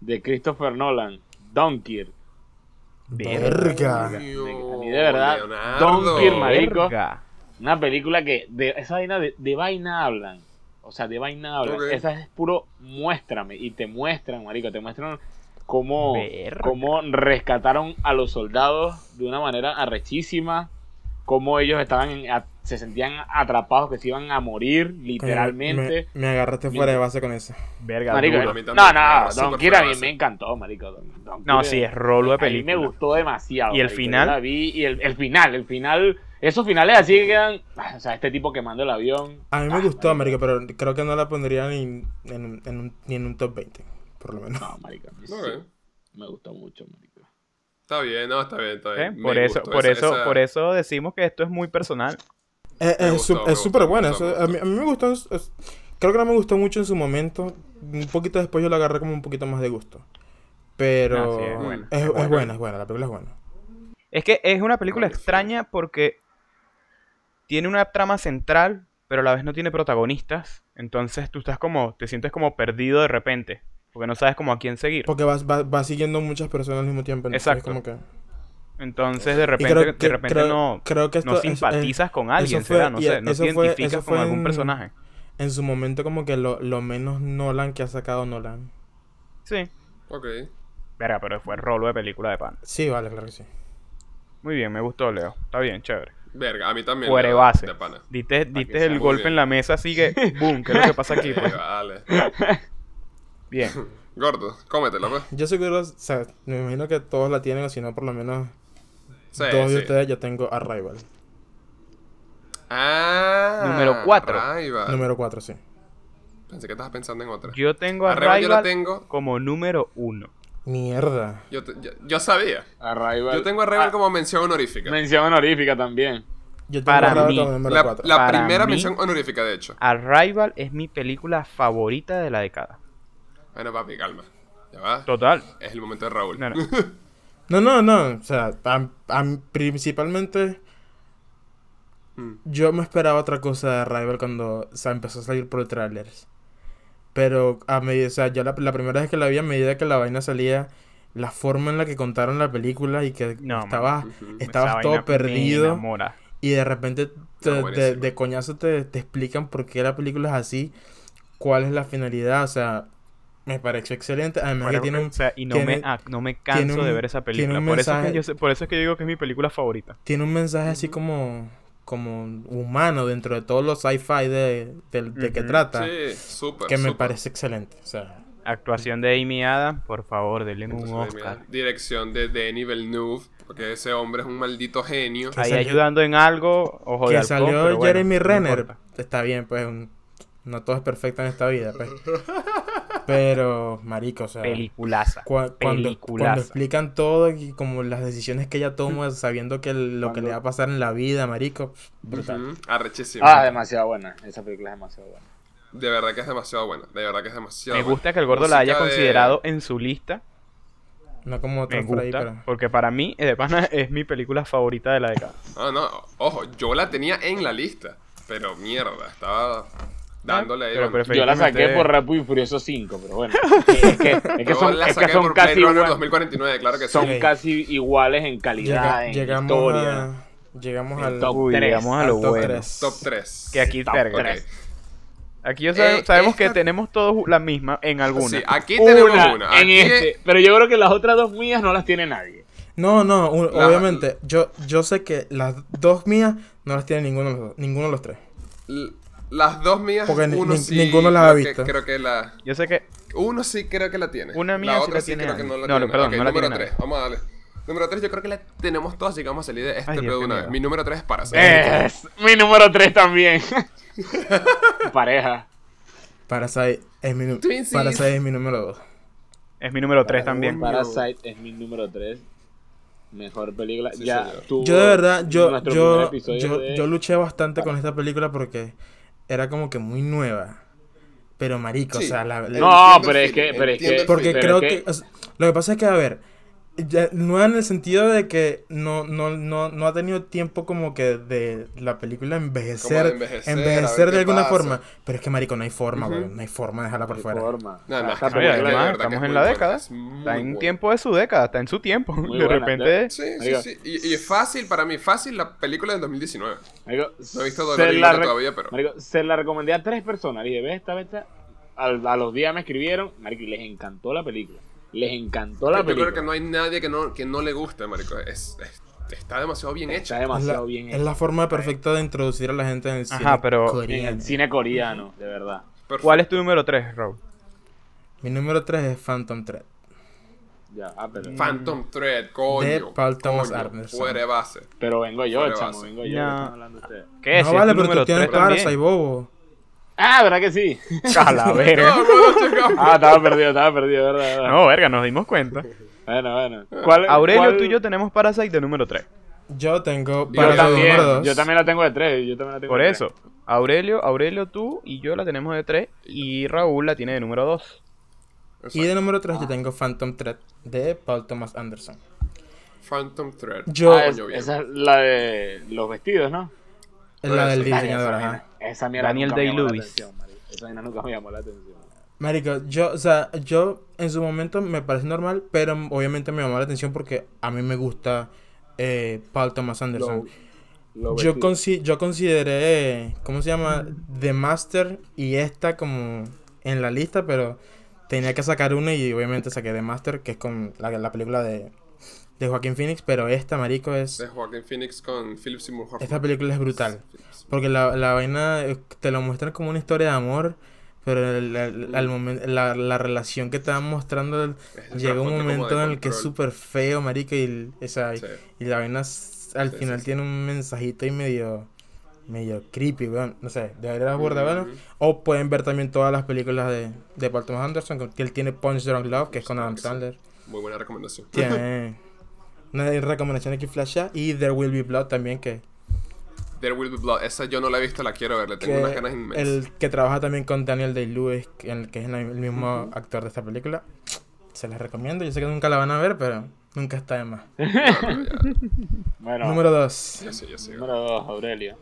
de Christopher Nolan, Dunkirk. Verga. Coño, A mí de verdad, Leonardo. Dunkirk, ¿eh? marico. Verga. Una película que de esa vaina de, de vaina hablan. O sea, de vaina hablan. Ok. Esa es puro muéstrame. Y te muestran, marico, te muestran cómo, Verga. cómo rescataron a los soldados de una manera arrechísima. Cómo ellos estaban en- a- se sentían atrapados, que se iban a morir, literalmente. Me, me agarraste fuera de base con eso. Verga. Marico, eh, duro. A mí no, también, no, claro, Don súper Kira a mí bravazo. me encantó, marico. Don- Don No, Kira- sí, es rolo de a mí me película. gustó demasiado. ¿Y el marico. Yo final? la vi y el, el final, el final. Esos finales así que quedan. ah, O sea, este tipo quemando el avión. A mí Ah, me gustó, marico, pero creo que no la pondría ni en, en- en un, ni en un top 20, por lo menos. No, marico. sí, Ok, me gustó mucho, marico. Está bien, no, está bien, está ¿Eh? bien. Me Por eso, gustó por esa- eso, esa- por eso decimos que esto es muy personal. Eh, Me es gustó, su- me es gustó, súper buena. me gustó, eso- me a, mí, a mí me gustó. es- es- creo que no me gustó mucho en su momento. Un poquito después yo la agarré como un poquito más de gusto. Pero No, sí, es es, buena, es es buena, buena. es buena, la película es buena. Es que es una película Vale, sí. extraña porque tiene una trama central, pero a la vez no tiene protagonistas. Entonces tú estás como, te sientes como perdido de repente, porque no sabes como a quién seguir. Porque vas- va, va siguiendo muchas personas al mismo tiempo. entonces es Exacto. como que- Entonces de Y repente, creo que- de repente creo- no, creo que no esto es- eh, es- simpatizas con alguien, eso fue- ¿será? No y sé, no eso te fue- identificas eso con fue algún en- personaje. En su momento como que lo, lo menos Nolan que ha sacado Nolan. Sí. Ok. Verga, pero fue rolo de película de pan. Sí, vale, claro que sí. Muy bien, me gustó, Leo. Está bien, chévere. Verga, a mí también. Fuera de la- base. De pana. Diste, que diste sea el muy golpe bien. en la mesa, así que, boom, ¿qué es lo que pasa aquí? pues? Eh, vale. Bien. Gordo, cómetela, pues. Yo seguro, o sea, me imagino que todos la tienen, o si no, por lo menos Sí, dos sí. de ustedes yo tengo Arrival. Ah. Número cuatro. Arrival. Número 4, sí. Pensé que estabas pensando en otra. Yo tengo a Arrival yo la Rival tengo. como número uno. Mierda. Yo, te- yo, yo sabía. Arrival. Yo tengo a Rebel Ah, como mención honorífica. Mención honorífica también. Yo tengo Para Arrival mí, como número la 4. la Para primera mí- mención honorífica, de hecho. Arrival es mi película favorita de la década. Bueno, papi, calma. Ya va. Total. Es el momento de Raúl. No, no. No, no, no. O sea, a- a- principalmente Mm. yo me esperaba otra cosa de Arrival cuando o sea, empezó a salir por trailers. Pero a medida, o sea, yo la, la primera vez que la vi, a medida que la vaina salía, la forma en la que contaron la película y que No, man. estabas, Ujú. Esa estabas vaina todo me perdido. enamora. Y de repente te- No, de- buenísimo. de coñazo te, te explican por qué la película es así, cuál es la finalidad, o sea, Me pareció excelente. Además Bueno, que tiene un, o sea, y no, tiene- me, ah, no me canso un- de ver esa tiene película. un Por eso, es mensaje- que yo sé- por eso es que yo digo que es mi película favorita. tiene un mensaje así como, como humano dentro de todos los sci-fi de, del- de que Ujú. trata. Sí, súper. que me Pues, súper. parece excelente. O sea, Actuación de Amy Adams, por favor, denle un Entonces, Oscar. mira, dirección de Denis Villeneuve, porque ese hombre es un maldito genio. Que Ahí salió- ayudando en algo, ojo de que halcón, salió pero bueno, Jeremy no Renner. importa. Está bien, pues un- no todo es perfecto en esta vida, pues. Pero, marico, o sea, Peliculaza. cua- cuando, cuando peliculaza. explican todo y como las decisiones que ella toma sabiendo que lo que Cuando- le va a pasar en la vida, marico, pff, brutal. Ujú, Arrechísimo. Ah, demasiado buena. Esa película es demasiado buena. De verdad que es demasiado buena. De verdad que es demasiado Me pues, buena. gusta que el gordo la haya Música de- considerado en su lista. No como Me otras por ahí, gusta, pero porque para mí, de pana, es mi película favorita de la década. Ah, no, ojo, yo la tenía en la lista, pero mierda, estaba dándole ahí. Pero bueno. preferí- Yo la Felizmente- saqué por Rápido y Furioso 5, pero bueno. Es que, es que Yo son, la es que saqué son por casi Blade Runner igual- 2049, claro que sí. son Sí. casi iguales en calidad, llega- en llegamos historia. a- llegamos en al top Uy, tres. llegamos a lo al top bueno. tres. Top 3. Que aquí, Top verga, tres. Aquí ya sabe- Eh, sabemos esta- que tenemos todos la misma en alguna. Sí, aquí tenemos una. en Aquí- este. Pero yo creo que las otras dos mías no las tiene nadie. No, no, u- La- obviamente, yo, yo sé que las dos mías no las tiene ninguno de los, dos- ninguno de los tres. l- las dos mías, Porque ni- uno ni- sí, ninguno las ha creo que- visto. creo que la... Yo sé que Uno sí creo que la tiene. Una mía sí otra la tiene creo que nadie. no la No, tiene. perdón, Ok, no la número tiene 3. Vamos a darle. Número 3 yo creo que la tenemos todas y que vamos a salir de este Ay, Dios, Eh, pedo de qué una vez. miedo. Mi número 3 es Parasite. Es mi número 3 también. Pareja. Parasite es mi, nu- Twinsies. Parasite es mi número dos. es mi número 3 también. Coño. Parasite es mi número 3. Mejor película. Sí, ya señor. tuvo Yo de verdad, yo, nuestro yo, primer episodio yo, de- yo luché bastante con esta película porque era como que muy nueva. Pero marico, Sí. o sea, la, la- No, Entiendo pero el es que, feeling, pero es entiendo que, el porque sí, pero creo es que, o sea, lo que pasa es que, a ver, ya- nueva en el sentido de que no, no, no, no ha tenido tiempo como que de la película envejecer, envejecer, envejecer, a ver qué de alguna pasa. forma. Pero es que marico, no hay forma, Ujú. weón, no hay forma de dejarla por de fuera. forma. No, no, Esta es que- No, y película es que de además, verdad estamos que es en muy la buena, década. es muy Está en buena. tiempo de su década, está en su tiempo. Muy de buena, repente. Sí, sí, Marico. sí. Y, y es fácil para mí, fácil la película del 2019. Marico, No he visto se Dolor y la Gloria re- todavía, pero- Marico, se la recomendé a tres personas. Y dije, ve esta, ve esta. Al- A, los días me escribieron. Marico, y les encantó la película. Les encantó la Yo película. creo que no hay nadie que no, que no le guste, marico. Es, es- está demasiado bien Está hecha. Es demasiado la, bien es hecha. la forma perfecta de introducir a la gente en el cine. Ajá, pero- En coreano. el cine coreano, de verdad. Perfecto. ¿Cuál es tu número 3, Rob? Mi número 3 es Phantom Thread. Ya, ah, pero, Mm. Phantom Thread, coño. De Paul Thomas coño, Anderson. Fuera de base. pero vengo yo, Fuera chamo, base. vengo yo. No. ¿qué están hablando ustedes? ¿Qué no Si vale, tu pero tú número tienes tres también. Parasite, bobo. Ah, ¿verdad que sí? A la verga. No, no, chicos. Ah, estaba perdido, estaba perdido, ¿verdad? verdad. No, verga, nos dimos cuenta. Bueno, bueno. ¿Cuál- Aurelio, cuál- tú y yo tenemos Parasite de número 3. Yo tengo yo Parasite también, número 2. yo también la tengo de tres. Yo también la tengo Por de eso, Aurelio, Aurelio, tú y yo la tenemos de 3 y Raúl la tiene de número 2. Y de número 3 yo tengo Phantom Thread de Paul Thomas Anderson. Phantom Thread. tres. Yo, Ah, es- Coño, bien. esa es la de los vestidos, ¿no? es la del Esa diseñador, Esa ajá. vaina- Esa mierda Daniel nunca me llamó la Day-Lewis. atención, marico. Esa vaina nunca me llamó la atención. Marico, yo, o sea, yo en su momento me parece normal, pero obviamente me llamó la atención porque a mí me gusta eh, Paul Thomas Anderson. Los yo, vestidos. consi- yo consideré, ¿cómo se llama? The Master y esta como en la lista, pero tenía que sacar una y obviamente saqué The Master, que es con la, la película de, de Joaquín Phoenix, pero esta, marico, es... De Joaquin Phoenix con Philip Seymour Hoffman. Esta película es brutal. Philip Seymour. Porque la, la vaina eh, te lo muestran como una historia de amor, pero el- el- al momen- la, la relación que te van mostrando el- Es el llega un trasfondo como de momento en el que es control. súper feo, marico, y, el- o sea, y- Sí. y la vaina s- al Sí, sí, final sí. tiene un mensajito y medio medio creepy, weón. No sé, debería burda, bueno. Ujú. O pueden ver también todas las películas de, de Paul Thomas Anderson, que él tiene Punch Drunk Love, que es con Adam Sí, sí. Sandler. Muy buena recomendación. Tiene una recomendación aquí flasha y There Will Be Blood también, que There Will Be Blood. Esa yo no la he visto, la quiero ver. Le tengo que unas ganas inmensas. el que trabaja también con Daniel Day-Lewis, que el que es la- el mismo actor de esta película. Se las recomiendo. Yo sé que nunca la van a ver, pero nunca está de más. No, no, ya. Bueno, número... Número 2. Yo sé, yo sé. dos, Aurelio.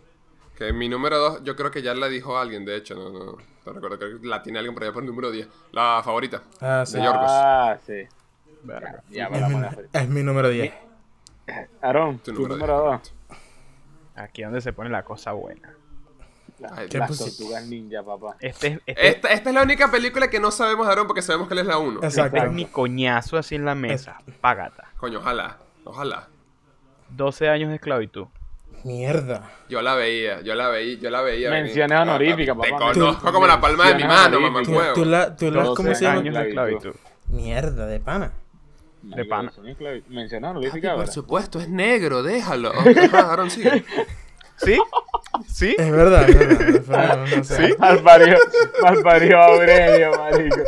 Que mi número 2, yo creo que ya la dijo alguien, de hecho, no, no, no recuerdo, creo que la tiene alguien por allá por el número 10. La favorita. Ah, sí. De Yorgos. Ah, sí. Verga. Ya, Es mi, vamos a la es mi número 10. Aarón, Tu tu número número diez. dos. Aquí donde se pone la cosa buena. Ay, Las, ¿qué las pusi- tortugas ninja, papá. Este, es- este, Esta, esta es la única película que no sabemos, Aaron, porque sabemos que él es la 1. este es Exacto. mi coñazo así en la mesa. Págata. Coño, ojalá, ojalá. 12 años de esclavitud. Mierda. Yo la veía, yo la veía, yo la veía. venir. Ah, Menciones honoríficas, Te papá, conozco men- como la palma de mi menciones mano, mamá honoríficas. Tú, tú la, tú la, Todos ¿cómo se eran llama? años de esclavitud. Mierda, de pana. Marico, pana. son esclavi- Menciones Papi, honoríficas, por ¿verdad? supuesto, es negro, déjalo. Oh, ajá, Aaron, sigue. ¿Sí? ¿Sí? Es verdad, es verdad. de pana, no sé. Mal parió, mal parió Aurelio, marico.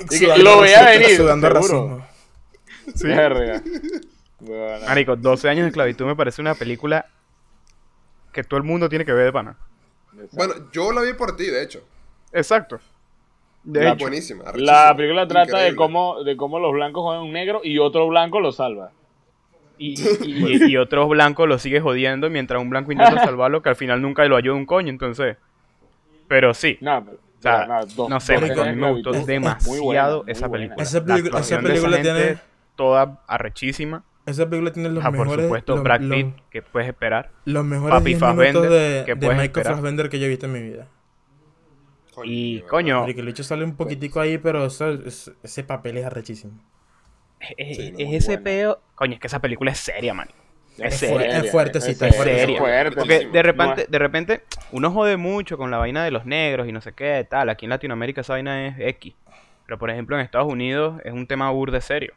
Y que Sudando lo veía racismo, venir, Sudando seguro. racismo. Verga. Bueno, Marico, 12 años de esclavitud me parece una película que todo el mundo tiene que ver de pana. Bueno, yo la vi por ti, de hecho. Exacto. De La hecho, Buenísima. la arrechísima, película trata de increíble. cómo, de cómo los blancos joden a un negro y otro blanco lo salva. y, y, y otros blancos lo sigue jodiendo mientras un blanco intenta salvarlo, que al final nunca lo ayuda un coño, entonces. Pero sí. No, pero, O sea, pero nada, dos- Ah, no sé, dos marico, escenas a mí me gustó de esclavitud. demasiado Muy buena, muy esa buena. película. Esa La película, esa actuación de esa película gente, tiene, Toda arrechísima. esa película tiene los Ah, por mejores, supuesto, los, Brad los- Pitt, que puedes esperar. los mejores Papi 10 Fassbender, minutos de, que de puedes Michael esperar. Fassbender que yo he visto en mi vida. Coño, Y de coño, Porque el hecho sale un poquitico ahí, pero eso- es- ese papel es arrechísimo. es, Sí, no, es muy ese buena. peo. Coño, es que esa película es seria, man. Es Es seria. fuerte, es fuertecita, es es fuertecita. seria. fuerte. Porque Muchísimo. de repente, de repente, uno jode mucho con la vaina de los negros y no sé qué, tal. Aquí en Latinoamérica esa vaina es X. Pero por ejemplo en Estados Unidos es un tema burde serio.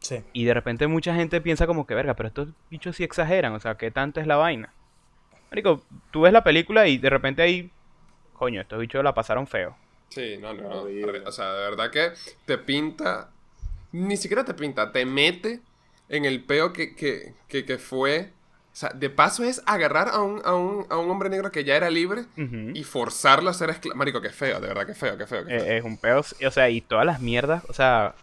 Sí. Y de repente mucha gente piensa como que, verga, pero estos bichos sí exageran, o sea, ¿qué tanto es la vaina? Marico, tú ves la película y de repente ahí, coño, estos bichos la pasaron feo. Sí, no, no, no. Horrible. Arre- O sea, de verdad que te pinta. Ni siquiera te pinta, te mete en el peo que, que, que, que fue. O sea, de paso es agarrar a un, a un, a un hombre negro que ya era libre Ujú. y forzarlo a ser esclavo. Marico, qué feo, de verdad, qué feo, qué feo. qué feo. ¿Mm? Eh, es un pedo, o sea, y todas las mierdas, o sea,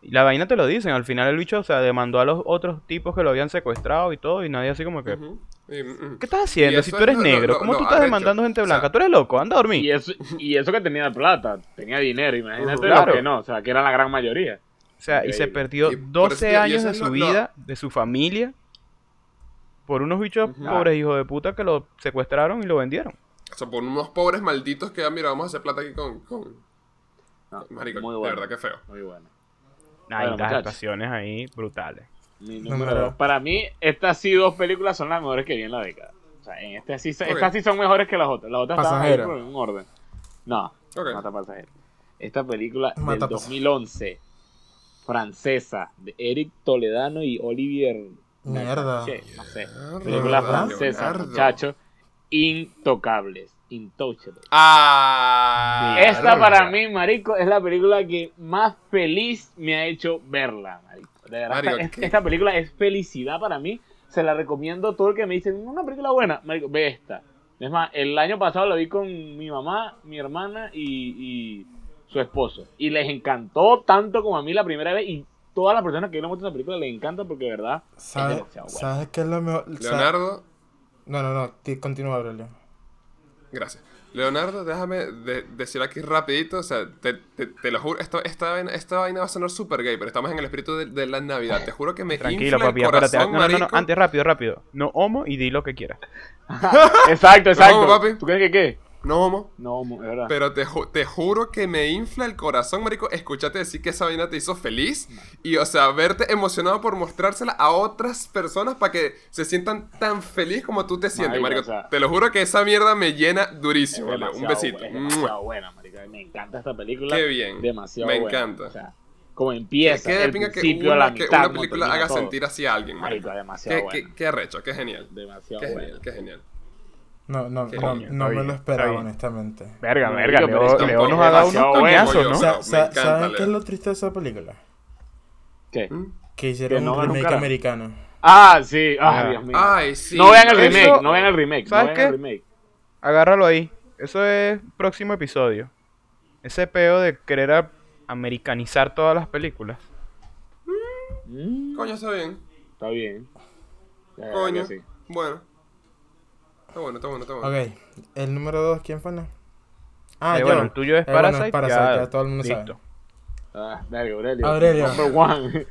y la vaina te lo dicen, al final el bicho, o sea, demandó a los otros tipos que lo habían secuestrado y todo, y nadie así como que, Ujú. Y, mm, mm. ¿qué estás haciendo? eso Si tú es eres lo- lo- negro, lo- ¿cómo lo tú estás arrecho. demandando gente O sea, blanca? tú eres loco, anda a dormir. Y eso, y eso que tenía plata, tenía dinero, imagínate Ujú. Claro. lo que no, o sea, que era la gran mayoría. o sea, y se increíble. perdió eh, Y por eso 12 digo, y años eso de es su lo- lo- vida, de su familia, por unos bichos Ujú. pobres hijos de puta que lo secuestraron y lo vendieron. O sea, por unos pobres malditos que, ah, mira, vamos a hacer plata aquí con. con... No, Marico, muy de bueno. verdad, qué feo. Muy bueno. Hay Bueno, unas muchachos. actuaciones ahí brutales. Mi Número número dos. dos. Para mí, estas sí dos películas son las mejores que vi en la década. O sea, en este sí, Ok. estas sí son mejores que las otras. Las otras estaban ahí Pasajero. por un orden. No, Ok. Mata Pasajero. Esta película Mata del Pasajero. 2011, francesa, de Eric Toledano y Olivier... Mierda. Che, no sé. Leonardo, Película ¿Verdad? francesa, Leonardo. muchachos. Intocables. Intouchables. Ah, Esta verga. para mí, marico, es la película que más feliz me ha hecho verla, marico. De verdad, Marico, esta, ¿qué? esta película es felicidad para mí. Se la recomiendo a todo el que me dice, una película buena, marico, ve esta. Es más, el año pasado la vi con mi mamá, mi hermana y, y su esposo. Y les encantó tanto como a mí la primera vez. Y todas las personas que yo le muestro esta película les encanta porque, de verdad, es ¿Sabes, demasiado buena. ¿Sabes qué es lo mejor? O sea, Leonardo. no, no, no. ti- Continúa, Aurelio. Gracias. Leonardo, déjame de- decir aquí rapidito, o sea, te, te- te lo juro, esto, esta, vaina, esta vaina va a sonar súper gay, pero estamos en el espíritu de, de la Navidad. Te juro que me Tranquilo, infla el papi, corazón, espérate. No, no, no, no, marico. antes rápido, rápido. No homo y di lo que quieras. Exacto, exacto. vamos, papi. ¿Tú crees que qué? No, homo. No, es verdad. Pero te, ju- te juro que me infla el corazón, marico, escucharte decir que esa vaina te hizo feliz y, o sea, verte emocionado por mostrársela a otras personas para que se sientan tan feliz como tú te sientes, Marico, marico. o sea, te lo juro que esa mierda me llena Es durísimo, Leo. Un besito. demasiado bu- Es Mua. demasiado buena, marica. Me encanta esta película. Qué bien. Demasiado Me buena. encanta. O sea, como Es empieza, que de el pinga que principio a la una, que mitad. una como película termina haga todo. sentir así a alguien, marico. Marico, demasiado Qué, buena. qué, qué arrecho, qué genial. Demasiado Qué genial, buena. qué genial. No, no, Qué no, coño, está no me bien, lo está esperaba, bien. honestamente. Verga, No, verga, digo, pero Leo, es que Leo nos tampoco ha es dado unos demasiado bueno, coñazos, yo- ¿no? o Sa- Bueno, me sa- encanta, ¿Sabes qué es Leo. lo triste de esa película? ¿Qué? ¿Mm? Que hicieron Que no un ganó un remake carajo. americano. Ah, sí. Ah, Ah. Dios mío. Ay, sí. no vean el Eso- remake, no vean el remake. ¿Sabes no vean qué? el remake. Agárralo ahí. Eso es próximo episodio. Ese peo de querer a- americanizar todas las películas. Mm, Coño, está bien. está bien. Ya, ya, Coño. sí. Bueno. Está bueno, está bueno, está bueno. Ok. El número 2, ¿quién fue? no? Ah, Eh, yo. bueno, el tuyo es Eh, bueno, Parasite. Parasite, ya todo el mundo listo. sabe. Ah, verga, Aurelio. Aurelio. Number one.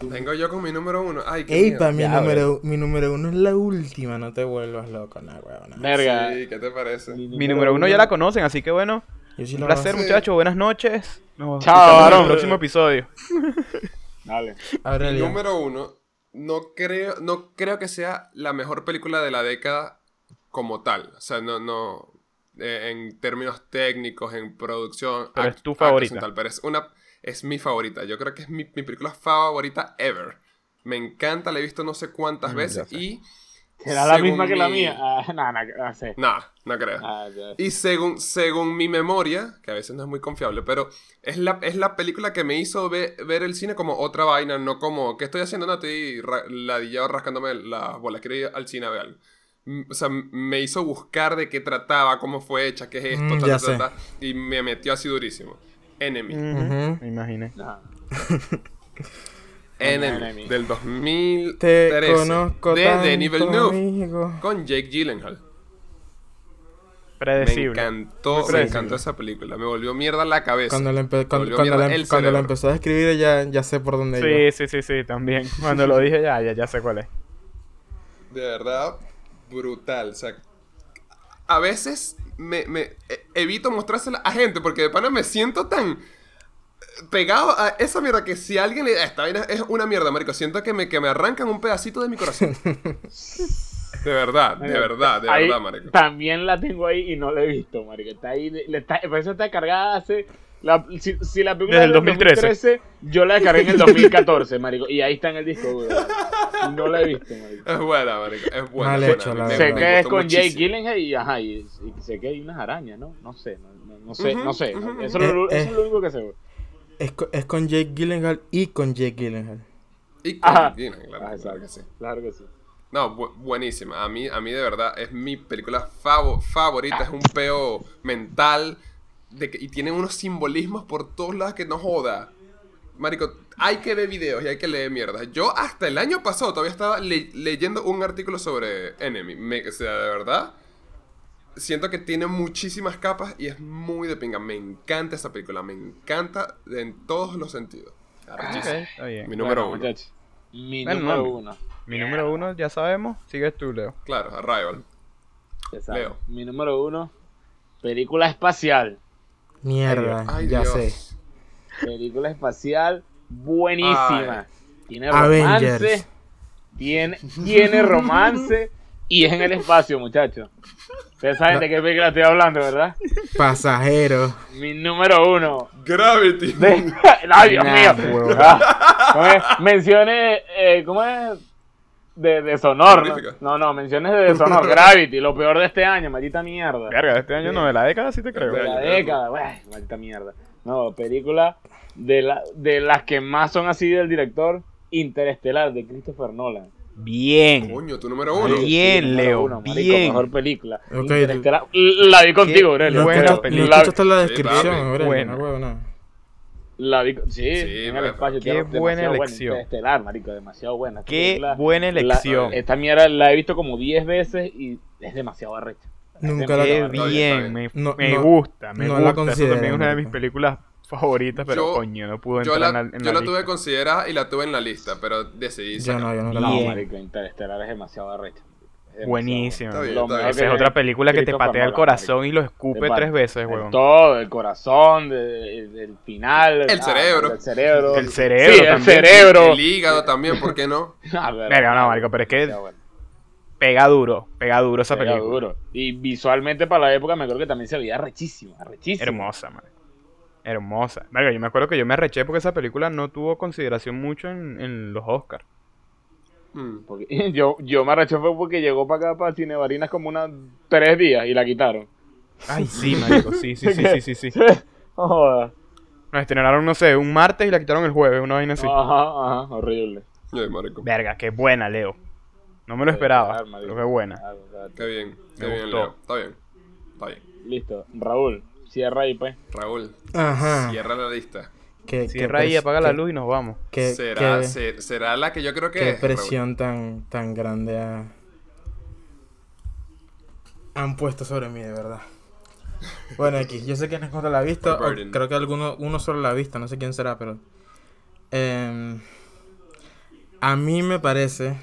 Vengo yo con mi número uno. Ay, qué Ey, miedo. pa, mi Ya, número, mi número uno es la última. No te vuelvas loco, no, huevona. Verga. Sí, ¿qué te parece? Mi número uno ya la conocen, así que bueno. Yo sí Un la placer, Sí. muchachos. Buenas noches. Nos Chao, escuchamos en varón. el próximo episodio. Dale. Mi Aurelio, número uno, no creo, no creo que sea la mejor película de la década como tal. O sea, no, no. eh, en términos técnicos, en producción. Pero act- es tu actuación, favorita. tal, pero es una. Es mi favorita. Yo creo que es mi, mi película favorita ever. Me encanta, la he visto no sé cuántas Mm, ya veces sé. y. ¿Será la según misma que la mi- mía? Ah, no, no, no sé. No, no creo. Ah, ya. Y según, según mi memoria, que a veces no es muy confiable, pero es la, es la película que me hizo ve- ver el cine como otra vaina, no como, ¿qué estoy haciendo? No, estoy ra- ladillado rascándome las bolas, quiero ir al cine a ver algo. Mm, O sea, m- me hizo buscar de qué trataba, cómo fue hecha, qué es esto, Mm, ta, ya ta, sé. ta, ta, y me metió así durísimo. Enemy. Mm. Ujú. Me imaginé. Ajá. Enemy, Enemy. del 2013. te conozco de tanto, Denis Villeneuve, amigo. con Jake Gyllenhaal. Me Predecible. encantó, me predecible. encantó esa película, me volvió mierda la cabeza. Cuando la, empe- cuando, volvió cuando mierda la- el cuando la cerebro. empezó a escribir ya, ya sé por dónde Sí, sí, sí, sí, también. Cuando lo dije ya, ya, ya sé cuál es. De verdad, brutal. O sea, a veces me, me- e- evito mostrársela a gente porque de pana me siento tan pegado a esa mierda que si alguien le... Esta vaina es una mierda, marico. Siento que me, que me arrancan un pedacito de mi corazón. De verdad, de verdad, de Ahí verdad, marico. También la tengo ahí y no la he visto, marico. Está ahí, de- le está, por eso está cargada hace... La, si, si la película Desde el es del 2013. yo la descargué en el 2014, marico. Y ahí está en el disco duro. marico. No la he visto, marico. Es buena, marico. Es buena. Mal es buena. hecho, Me- la me verdad. Sé que es gustó con Jake muchísimo. Gyllenhaal y, ajá, y, y sé que hay unas arañas, ¿no? No sé, no, no- no sé, no sé. Ujú, ujú, Eso, es lo, Eh, eso es lo único que sé. iba. Es, co- es con Jake Gyllenhaal y con Jake Gyllenhaal. Y con Ajá. Gina, claro, Ah, claro que exacto. sí. Claro que sí. No, bu- buenísima. A mí, a mí de verdad es mi película favo- favorita. Es un peo mental. De que, y tiene unos simbolismos por todos lados que no joda. Marico, hay que ver videos y hay que leer mierda. Yo hasta el año pasado todavía estaba le- leyendo un artículo sobre Enemy. Me- o sea, de verdad. Siento que tiene muchísimas capas y es muy de pinga. Me encanta esa película. Me encanta en todos los sentidos. Ok, Arrechísima. está bien. Mi número Bueno, uno. muchachos, Mi Bueno, número no. uno. Mi número uno, ya sabemos. Sigues tú, Leo. Claro, Arrival. Ya sabes. Leo. Mi número uno. Película espacial. Mierda, Ay, Ah, ya Dios. sé. Película espacial buenísima. Tiene Avengers. romance. Tiene, tiene romance. Y es en el espacio, muchachos. Ustedes saben de qué película estoy hablando, ¿verdad? Pasajero. Mi número uno. Gravity. De... ¡Ay, Dios Nah, mío! huevón. Ah, ¿cómo es? Menciones, eh, ¿cómo es? De deshonor. ¿no? Honorífica. No, no, menciones de deshonor. Gravity, lo peor de este año, maldita mierda. Verga, este año no, de la década sí te creo. de la año, década, güey, maldita mierda. No, película de, la, de las que más son así del director Interestelar de Christopher Nolan. Bien. Coño, tu número uno. Ay, Bien, número Leo, marico, bien. mejor película. Ok, Interestelar. La vi contigo, Qué Aurelio. No buena pero escuchas- no película. La, escuchaste la Sí, descripción, papi. Aurelio, Buena. no, huevona. la vi, sí, Sí, en el bueno. espacio. Qué demasiado buena buena, elección. Interestelar, marico, demasiado buena. Esta Qué película, buena la- eh, elección. esta mierda la he visto como 10 veces y es demasiado arrecha. Es Nunca la- Qué demasiado arrecha. bien. Me, No, me no- gusta, me no gusta. la Eso considero, también es una de mis marico. películas favoritas, pero Yo- coño, no pudo Yo entrar la, en la, en yo la la tuve considerada y la tuve en la lista, pero decidí Yo sacarla. no, yo no la Bien. No, vi. marico, Interestelar es demasiado arrecha. Es demasiado Buenísima. Está bien, Lo está mejor bien. Esa es otra película que te Christopher patea el Nolan, corazón y lo marico. escupe Te tres pat- veces, el huevón. Todo, el corazón, de- el, el final. El cerebro. El cerebro. El cerebro Sí, el también. cerebro. El hígado también, ¿por qué no? Ah, pero- Verga, no, marico, pero es que Está bueno, pega duro, pega duro esa está película. duro. Y visualmente para la época me acuerdo que también se veía rechísima, rechísima. Hermosa, man. Hermosa. Verga, yo me acuerdo que yo me arreché porque esa película no tuvo consideración mucho en, en los Oscars. Mm. Porque- yo, yo me arrecho fue porque llegó para acá, para Cinevarinas, como unas tres días y la quitaron. Ay, sí, marico, sí, sí, sí, sí, sí, sí. No jodas. Nos estrenaron, no sé, un martes y la quitaron el jueves, una vaina Ah. así. Ajá, ajá, horrible. Ay, marico. Verga, qué buena, Leo. No me lo esperaba, pero qué buena. Ah, claro. Qué bien, qué Me bien, gustó. Leo. Está bien, está bien. Listo, Raúl, cierra ahí, pues. Raúl, Ajá. pues, cierra la lista. Qué, Cierra ahí, pres- apaga la qué- luz y nos vamos. qué- será, qué- se- será la que yo creo que Qué es, Raúl. presión tan, tan grande ha- han puesto sobre mí, de verdad. Bueno, aquí, yo sé que no es contra la vista, Burden. creo que alguno uno solo la ha visto, no sé quién será, pero... em, A mí me parece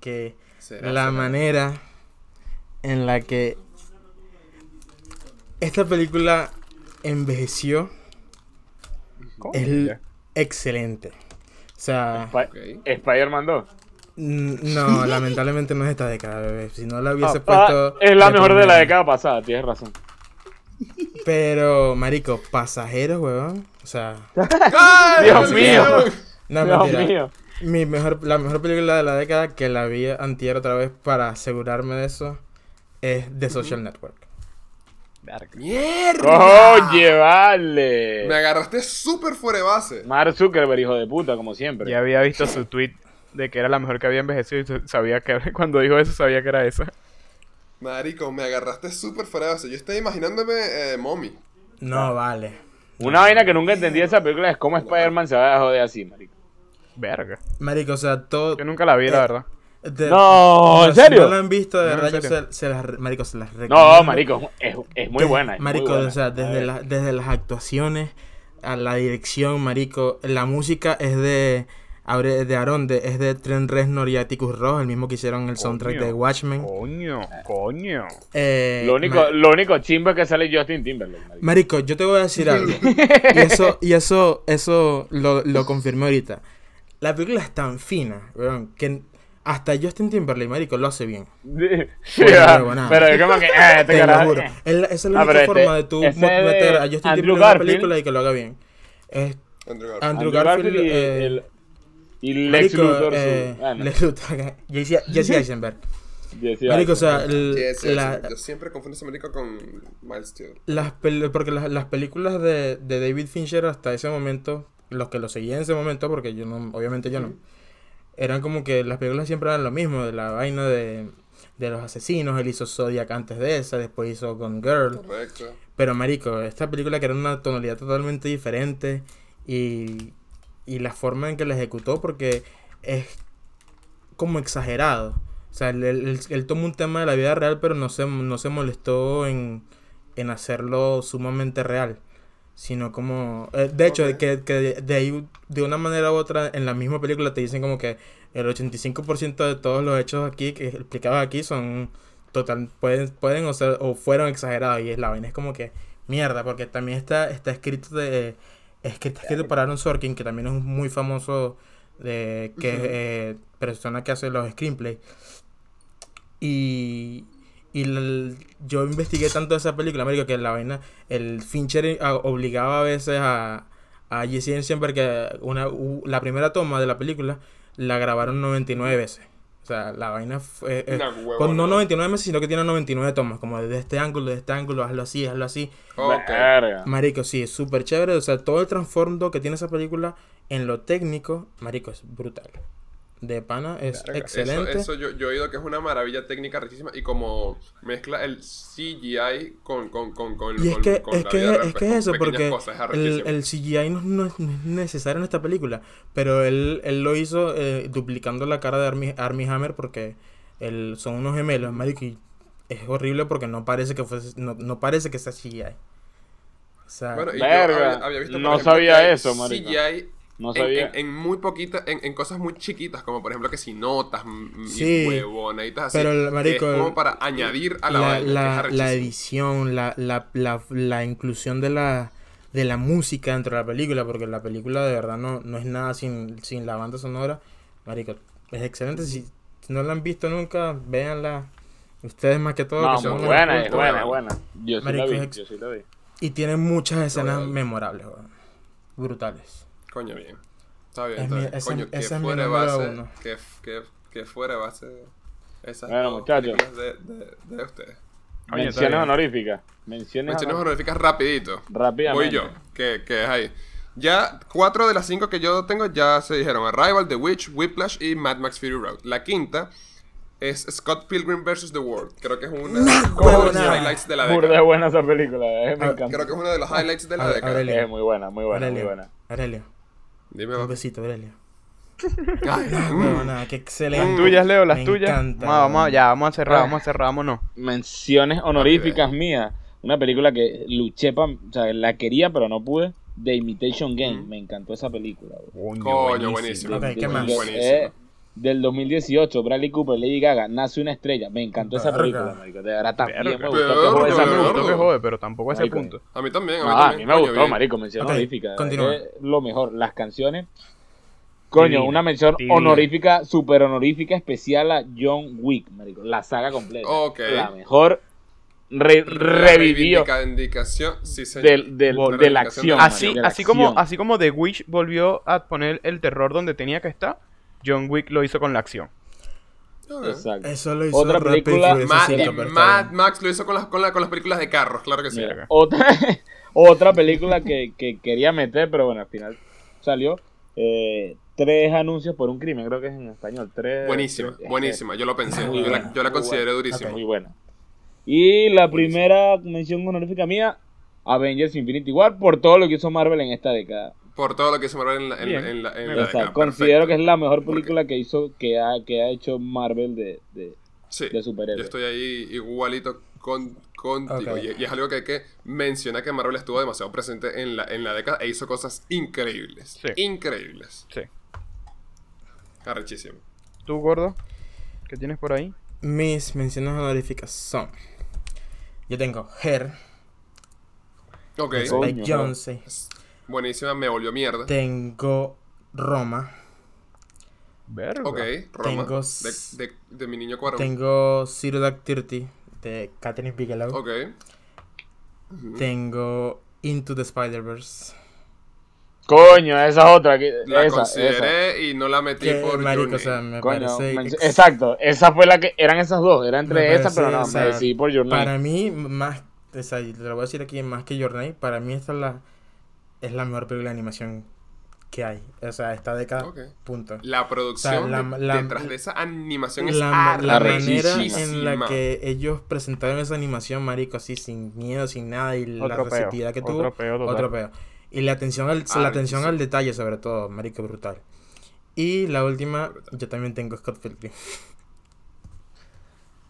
que Será, la será. manera en la que esta película envejeció es Oh, l- excelente. O sea, Pa- Ok. Spider-Man 2. n- Mm, no, lamentablemente no es esta década, bebé. Si no la hubiese Ah, puesto. es la mejor de la primera. década pasada, tienes razón. Pero, marico, pasajeros, weón. O sea, ¡Ay, Dios mío. no, Dios mentira. mío. Mi mejor, la mejor película de la década que la vi antier otra vez para asegurarme de eso es The Social Network. ¡Mierda! Oye, Me vale. agarraste súper fuera de base. Mark Zuckerberg, hijo de puta, como siempre. Ya había visto su tweet de que era la mejor que había envejecido y sa- sabía que cuando dijo eso sabía que era esa. Marico, me agarraste súper fuera de base. Yo estaba imaginándome eh, mommy. No vale. Una vaina que nunca entendí de esa película es cómo Spider-Man se va a joder así, marico. Verga. Marico, o sea, todo. Yo nunca la vi, la Eh, verdad. de- No, ¿en si serio? no la han visto, de No, en verdad, yo serio. se, se las, re- marico, se las recomiendo. No, marico, es, es muy Desde- buena. es muy Marico, buena. o sea, desde, la- desde las actuaciones a la dirección, marico. La música es de. Abre- de Aronde, es de Trent Reznor y Atticus Ross, el mismo que hicieron el soundtrack Coño. de Watchmen. Coño, coño. Eh, Oh. Lo único, ma- lo único chimba es que sale Justin Timberlake. marico. Marico, yo te voy a decir algo. Y eso, y eso, eso lo, lo confirmé ahorita. La película es tan fina, weón, que hasta Justin Timberlake, marico, lo hace bien. Sí, Bueno, ah, huevonada. pero es como que. eh, este Te lo carajo, juro. eh. Es la- esa es Ah, la única pero este- forma de tú ese mo- de meter a Justin Andrew Timberlake en una Garfield. película y que lo haga bien. Es Andrew Garfield. Andrew, Andrew Garfield, Garfield y, eh, el- y Lex marico, Luthor. su- eh, ah, no, Lex Luthor, Jesse Jesse Eisenberg. Jesse Marico, o sea, Eisenberg. el- Yes, yes, la- Yo siempre confundo ese marico con Miles Teller. Las pel- porque las, las películas de, de David Fincher hasta ese momento, los que lo seguían en ese momento, porque yo no, obviamente yo no, eran como que las películas siempre eran lo mismo, de la vaina de, de los asesinos, él hizo Zodiac antes de esa, después hizo Gone Girl, Correcto. pero marico, esta película que era una tonalidad totalmente diferente y, y la forma en que la ejecutó, porque es como exagerado. O sea, él, él- él tomó un tema de la vida real, pero no se, no se molestó en, en hacerlo sumamente real. Sino como... eh, de hecho, Ok. que, que de ahí, de una manera u otra, en la misma película te dicen como que el 85% de todos los hechos aquí, que explicados aquí, son total... Pueden, pueden o, ser- o fueron exagerados. Y es la vaina, es como que... Mierda, porque también está, está escrito de... Es que está escrito por Aaron Sorkin, que también es un muy famoso de que es, eh, persona que hace los screenplays. Y, y l- yo investigué tanto esa película, marico, que la vaina, el Fincher eh, a- obligaba a veces a, a Jesse Eisenberg que una, u- la primera toma de la película la grabaron 99 veces. O sea, la vaina fue... eh, Una pues no huevona. 99 veces, sino que tiene 99 tomas, como desde este ángulo, de este ángulo, hazlo así, hazlo así. Ok. Verga. Marico, sí, es súper chévere. O sea, todo el trasfondo que tiene esa película en lo técnico, Marico, es brutal. De pana es Verga, excelente. Eso, eso yo, yo he oído que es una maravilla técnica riquísima y como mezcla el CGI con, con, con, con, Y es con- que, con es, la que, vida real, es pues, que es con eso, pequeñas porque cosas, es el, arrechísimo. el CGI no, no es no es necesario en esta película, pero él, él lo hizo eh, duplicando la cara de Armie, Armie Hammer porque él, son unos gemelos, marico, y es horrible porque no parece que fuese, no, no parece que sea CGI. O sea, Bueno, y yo Verga. había, había visto, por No ejemplo, sabía que hay eso, marico. CGI No eh, en, sabía. en- en muy poquitas, en, en cosas muy chiquitas, como por ejemplo que si notas mm, y Sí. huevonaditas así. Pero el que marico- es como para añadir a la, la, vaina, que es la- la arrechísimo. edición, la, la, la, la inclusión de la, de la música dentro de la película, porque la película de verdad no, no es nada sin, sin la banda sonora. Marico, es excelente. Si, si no la han visto nunca, véanla. Ustedes más que todo. No, que son muy unos buena, es cultos. buena, es buena. Yo sí Marico, la vi, es- yo sí la vi. Y tiene muchas escenas No, no. memorables, weón. Brutales. Coño, bien. Está bien, Es está mi- bien. esa- Coño, que esa es mi fuera de número base. uno. Que, que, que fuera de base. Esas Bueno, dos muchachos. películas de, de, de ustedes. Pues Oye, está Menciones bien. honoríficas. Menciones Menciones honoríficas honoríficas. rapidito. Rápidamente. Voy yo, que, que es ahí. Ya cuatro de las cinco que yo tengo ya se dijeron. Arrival, The Witch, Whiplash y Mad Max Fury Road. La quinta es Scott Pilgrim vs. The World. Creo que es una huevonada. de los highlights de la Burda de década. buena esa película, eh, me Ah, encanta. Creo que es uno de los highlights de la Abre- década. ábrele. Es muy buena, muy buena, muy Aurelio, buena. Aurelio, Dime, un papi. besito, Aurelio. Ay, Bueno, mm. nada, qué excelente. Las tuyas, Leo, las Me tuyas. encanta, Vamos, vamos, weón. ya, vamos a cerrar, Ah. vamos a cerrar, vámonos. Menciones honoríficas mías. Una película que luché, pa, o sea, la quería pero no pude. The Imitation Game. Me encantó esa película. bro. Coño, buenísimo. Ok, ¿qué The más? Imitation Game, Buenísimo. eh, del 2018, Bradley Cooper, Lady Gaga, Nace una estrella. Me encantó esa Verga. película, marico. De verdad, también me Verga. gustó. que Verga, joder, O esa sea, me Leonardo. película. gustó que jode, pero tampoco a ese Marico. punto. A mí también, a mí No, también. Ah, a mí me coño, gustó, bien. marico, mención Ok, honorífica. continúa. Es lo mejor, las canciones. Coño, Divina, una mención divina. honorífica, super honorífica, especial a John Wick, marico. La saga completa. Ok. La mejor re- revivió Reivindicación, sí, señor. del- del- Vol- de la acción. Así, marico, de la así, como, acción. así como The Witch volvió a poner el terror donde tenía que estar, John Wick lo hizo con la acción. Ok. Exacto. Eso lo hizo Otra Rápido y película, Furioso Ma- cinco, y pero está Mad bien. Max lo hizo con las, con, la- con las películas de carros, claro que sí. Mira, otra, otra película que, que quería meter, pero bueno, al final salió. eh, tres anuncios por un crimen, creo que es en español. Tres, Buenísima, tres- buenísima, yo lo pensé, Muy yo la, buena, yo la muy consideré Este, durísima. Muy buena. Y la primera mención honorífica mía, Avengers Infinity War, por todo lo que hizo Marvel en esta década. Por todo lo que se me en la, en, Bien. en la, en la O sea, década, considero que es perfecto. la mejor Porque- película que hizo, que ha, que ha hecho Marvel de, de, Sí, de yo superhéroes. estoy ahí igualito con, contigo. Ok. Y, y es algo que hay que mencionar que Marvel estuvo demasiado presente en la, en la década e hizo cosas increíbles. Sí. Increíbles. Sí. Arrechísimo. ¿Tú, gordo? ¿Qué tienes por ahí? Mis menciones honoríficas son. Yo tengo Her, Ok. de Coño, Spike ¿no? Jonze. Buenísima, me volvió mierda. Tengo Roma. Verga. Ok, Roma. Tengo De, s- de, de mi niño cuarón. Tengo Zero Dark Thirty de Catherine Bigelow. Ok. Tengo Into the Spider-Verse. Coño, esa es otra. que- La Eh, esa, esa. consideré y no la metí Que, por marico, Journey. o sea, me Coño, parece. men- ex- exacto, esa fue la que eran esas dos, era me entre esas, parece, pero no, o sea, me decidí por Your Name. Para mí, más. O sea, y te lo voy a decir aquí, más que Your Name, para mí esta es la, es la mejor película de animación que hay. O sea, esta década. Ok. Punto. La producción la- de- la- detrás de esa animación es la, ma- la manera arrechísima. en la que ellos presentaron esa animación, marico, así sin miedo, sin nada, y la Otro peo, receptividad que tuvo. otro peo total. otro peo. Y la atención al, Ah, la atención sí. al detalle, sobre todo, marico, brutal. Y la última, yo también tengo Scott Pilgrim.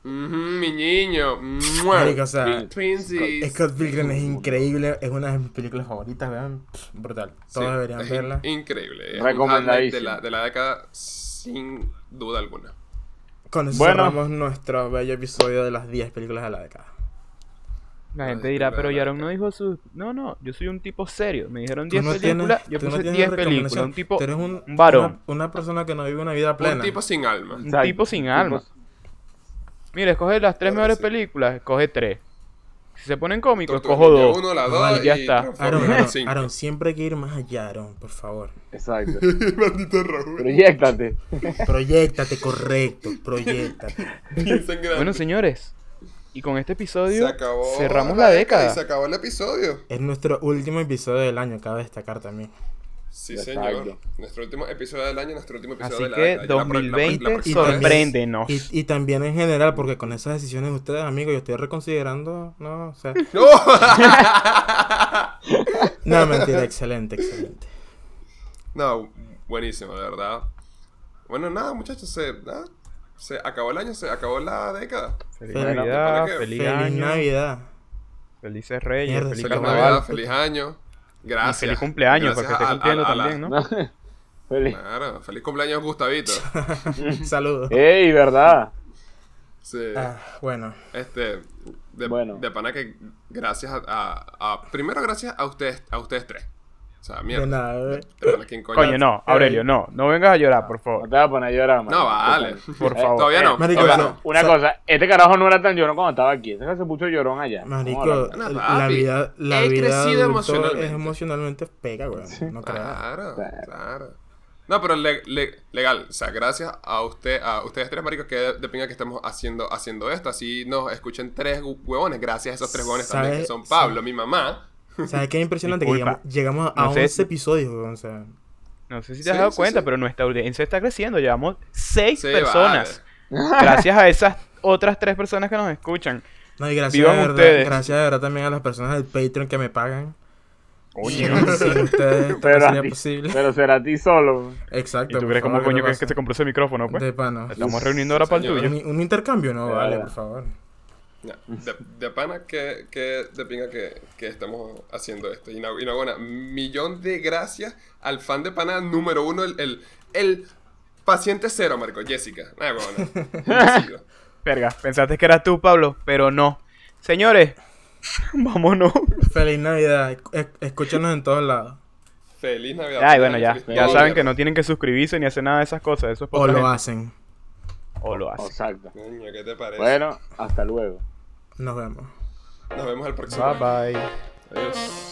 Ujú, mi niño. Mua. Marico, o sea, Bien. Twinsies. Scott Pilgrim es increíble, es una de mis películas favoritas, vean, pff, brutal. Sí, Todos deberían es in- verla. Increíble. Es un Recomendadísimo. highlight de la, de la década sin duda alguna. Con eso Bueno. cerramos nuestro bello episodio de las 10 películas de la década. La Ay, gente dirá, qué pero verdad, Yaron no cara. dijo sus... No, no, yo soy un tipo serio. Me dijeron Tú 10 no tienes- películas, yo tú no puse tienes 10 recomendación, películas. Un tipo, tú eres un, un varón. Una, una persona que no vive una vida plena. Un tipo sin alma. un Exacto. tipo sin alma. Mira, escoge las tres Claro, mejores sí. películas, escoge tres. Si se ponen cómicos, Tortuga escojo Ninja dos. uno, la Ajá, dos y ya y está. Transformers. Aaron, Número Aaron, cinco. Aaron, siempre hay que ir más allá, Aaron, por favor. Exacto. Maldito Raúl. Proyectate. Proyéctate, correcto, proyéctate. Piensa en grande. Bueno, señores, y con este episodio se acabó. cerramos la Y década. se acabó el episodio. Es nuestro último episodio del año, cabe destacar también. Sí, Exacto. señor. Nuestro último episodio del año, nuestro último episodio Así de la que década. Ya la pro- la pro- la 2020 próxima vez- también- sorpréndenos. Y, y también en general, porque con esas decisiones de ustedes, amigos, yo estoy reconsiderando, no, o sea... No, mentira, excelente, excelente. No, buenísimo, de verdad. Bueno, nada, muchachos, se, nada, se acabó el año, se acabó la década. Feliz Feliz Navidad, Navidad. feliz, Feliz año, Navidad. felices Reyes, Mierda, feliz se Feliz acabó. Carnaval. Navidad, feliz año. Gracias. Y feliz cumpleaños, Gracias porque esté a- a- cumpliendo a la- también, ¿no? Feliz. Claro, feliz cumpleaños, Gustavito. Saludos. Eh. Ey, verdad. Sí. Ah, bueno, Este, de, Bueno. de pana que gracias a, a- a- Primero, gracias a ustedes, a ustedes tres. O sea, mierda. de nada. eh. de pana, ¿quién coño? Coño, no, Aurelio, no, no vengas a llorar, por No favor. te vas a poner a llorar, man. No, vale. Por favor. Todavía no. Eh, Marico, todavía o sea, no. Una o sea, cosa, este carajo no era tan llorón cuando estaba aquí. Este carajo se puso llorón allá. Marico, No, la papi, vida, la he vida crecido adulto es emocionalmente. emocionalmente pega, weón. No creas. Claro, Claro. claro. No, pero le- le- legal, o sea, gracias a usted, a ustedes tres maricos que de, de pinga que estamos haciendo, haciendo esto, así nos escuchen tres hu- huevones, gracias a esos tres huevones también, ¿Sabe? que son Pablo, mi mamá. ¿Sabes qué impresionante? Que Disculpa. llegamos, llegamos a No sé 11 si- episodios, weón. O sea, No sé si te has Sí, dado sí, cuenta, sí. pero nuestra audiencia está creciendo. Llevamos seis Sí, personas. Gracias a esas otras tres personas que nos escuchan. no, y gracias Vivan de verdad, ustedes. gracias de verdad también a las personas del Patreon que me pagan. Sin, sin ustedes esto no Pero- sería posible. Pero será a ti solo. Exacto. ¿Y tú por crees cómo favor, coño ¿qué que, que pasa? se compró ese micrófono, pues? De pano. Estamos reuniendo ahora para el Señor. tuyo. Un, un intercambio no, De vale, verdad. por favor. No, de, de pana que, que de pinga que, que estamos haciendo esto. Y no, y no, bueno, millón de gracias al fan de pana número uno, el, el, el Paciente cero, Marco. Jessica. Ah, bueno. Sigo. Verga, pensaste que eras tú, Pablo, pero no. Señores, vámonos. Feliz Navidad. Es- Escúchanos en todos lados. Feliz Navidad. Ay, bueno, ya. Feliz Ya Navidad. saben que no tienen que suscribirse ni hacer nada de esas cosas. Eso es para O otra lo gente. hacen. O lo hacen. Exacto. Coño, ¿qué te parece? Bueno, hasta luego. Nos vemos. Nos vemos el próximo. Bye bye. Adiós.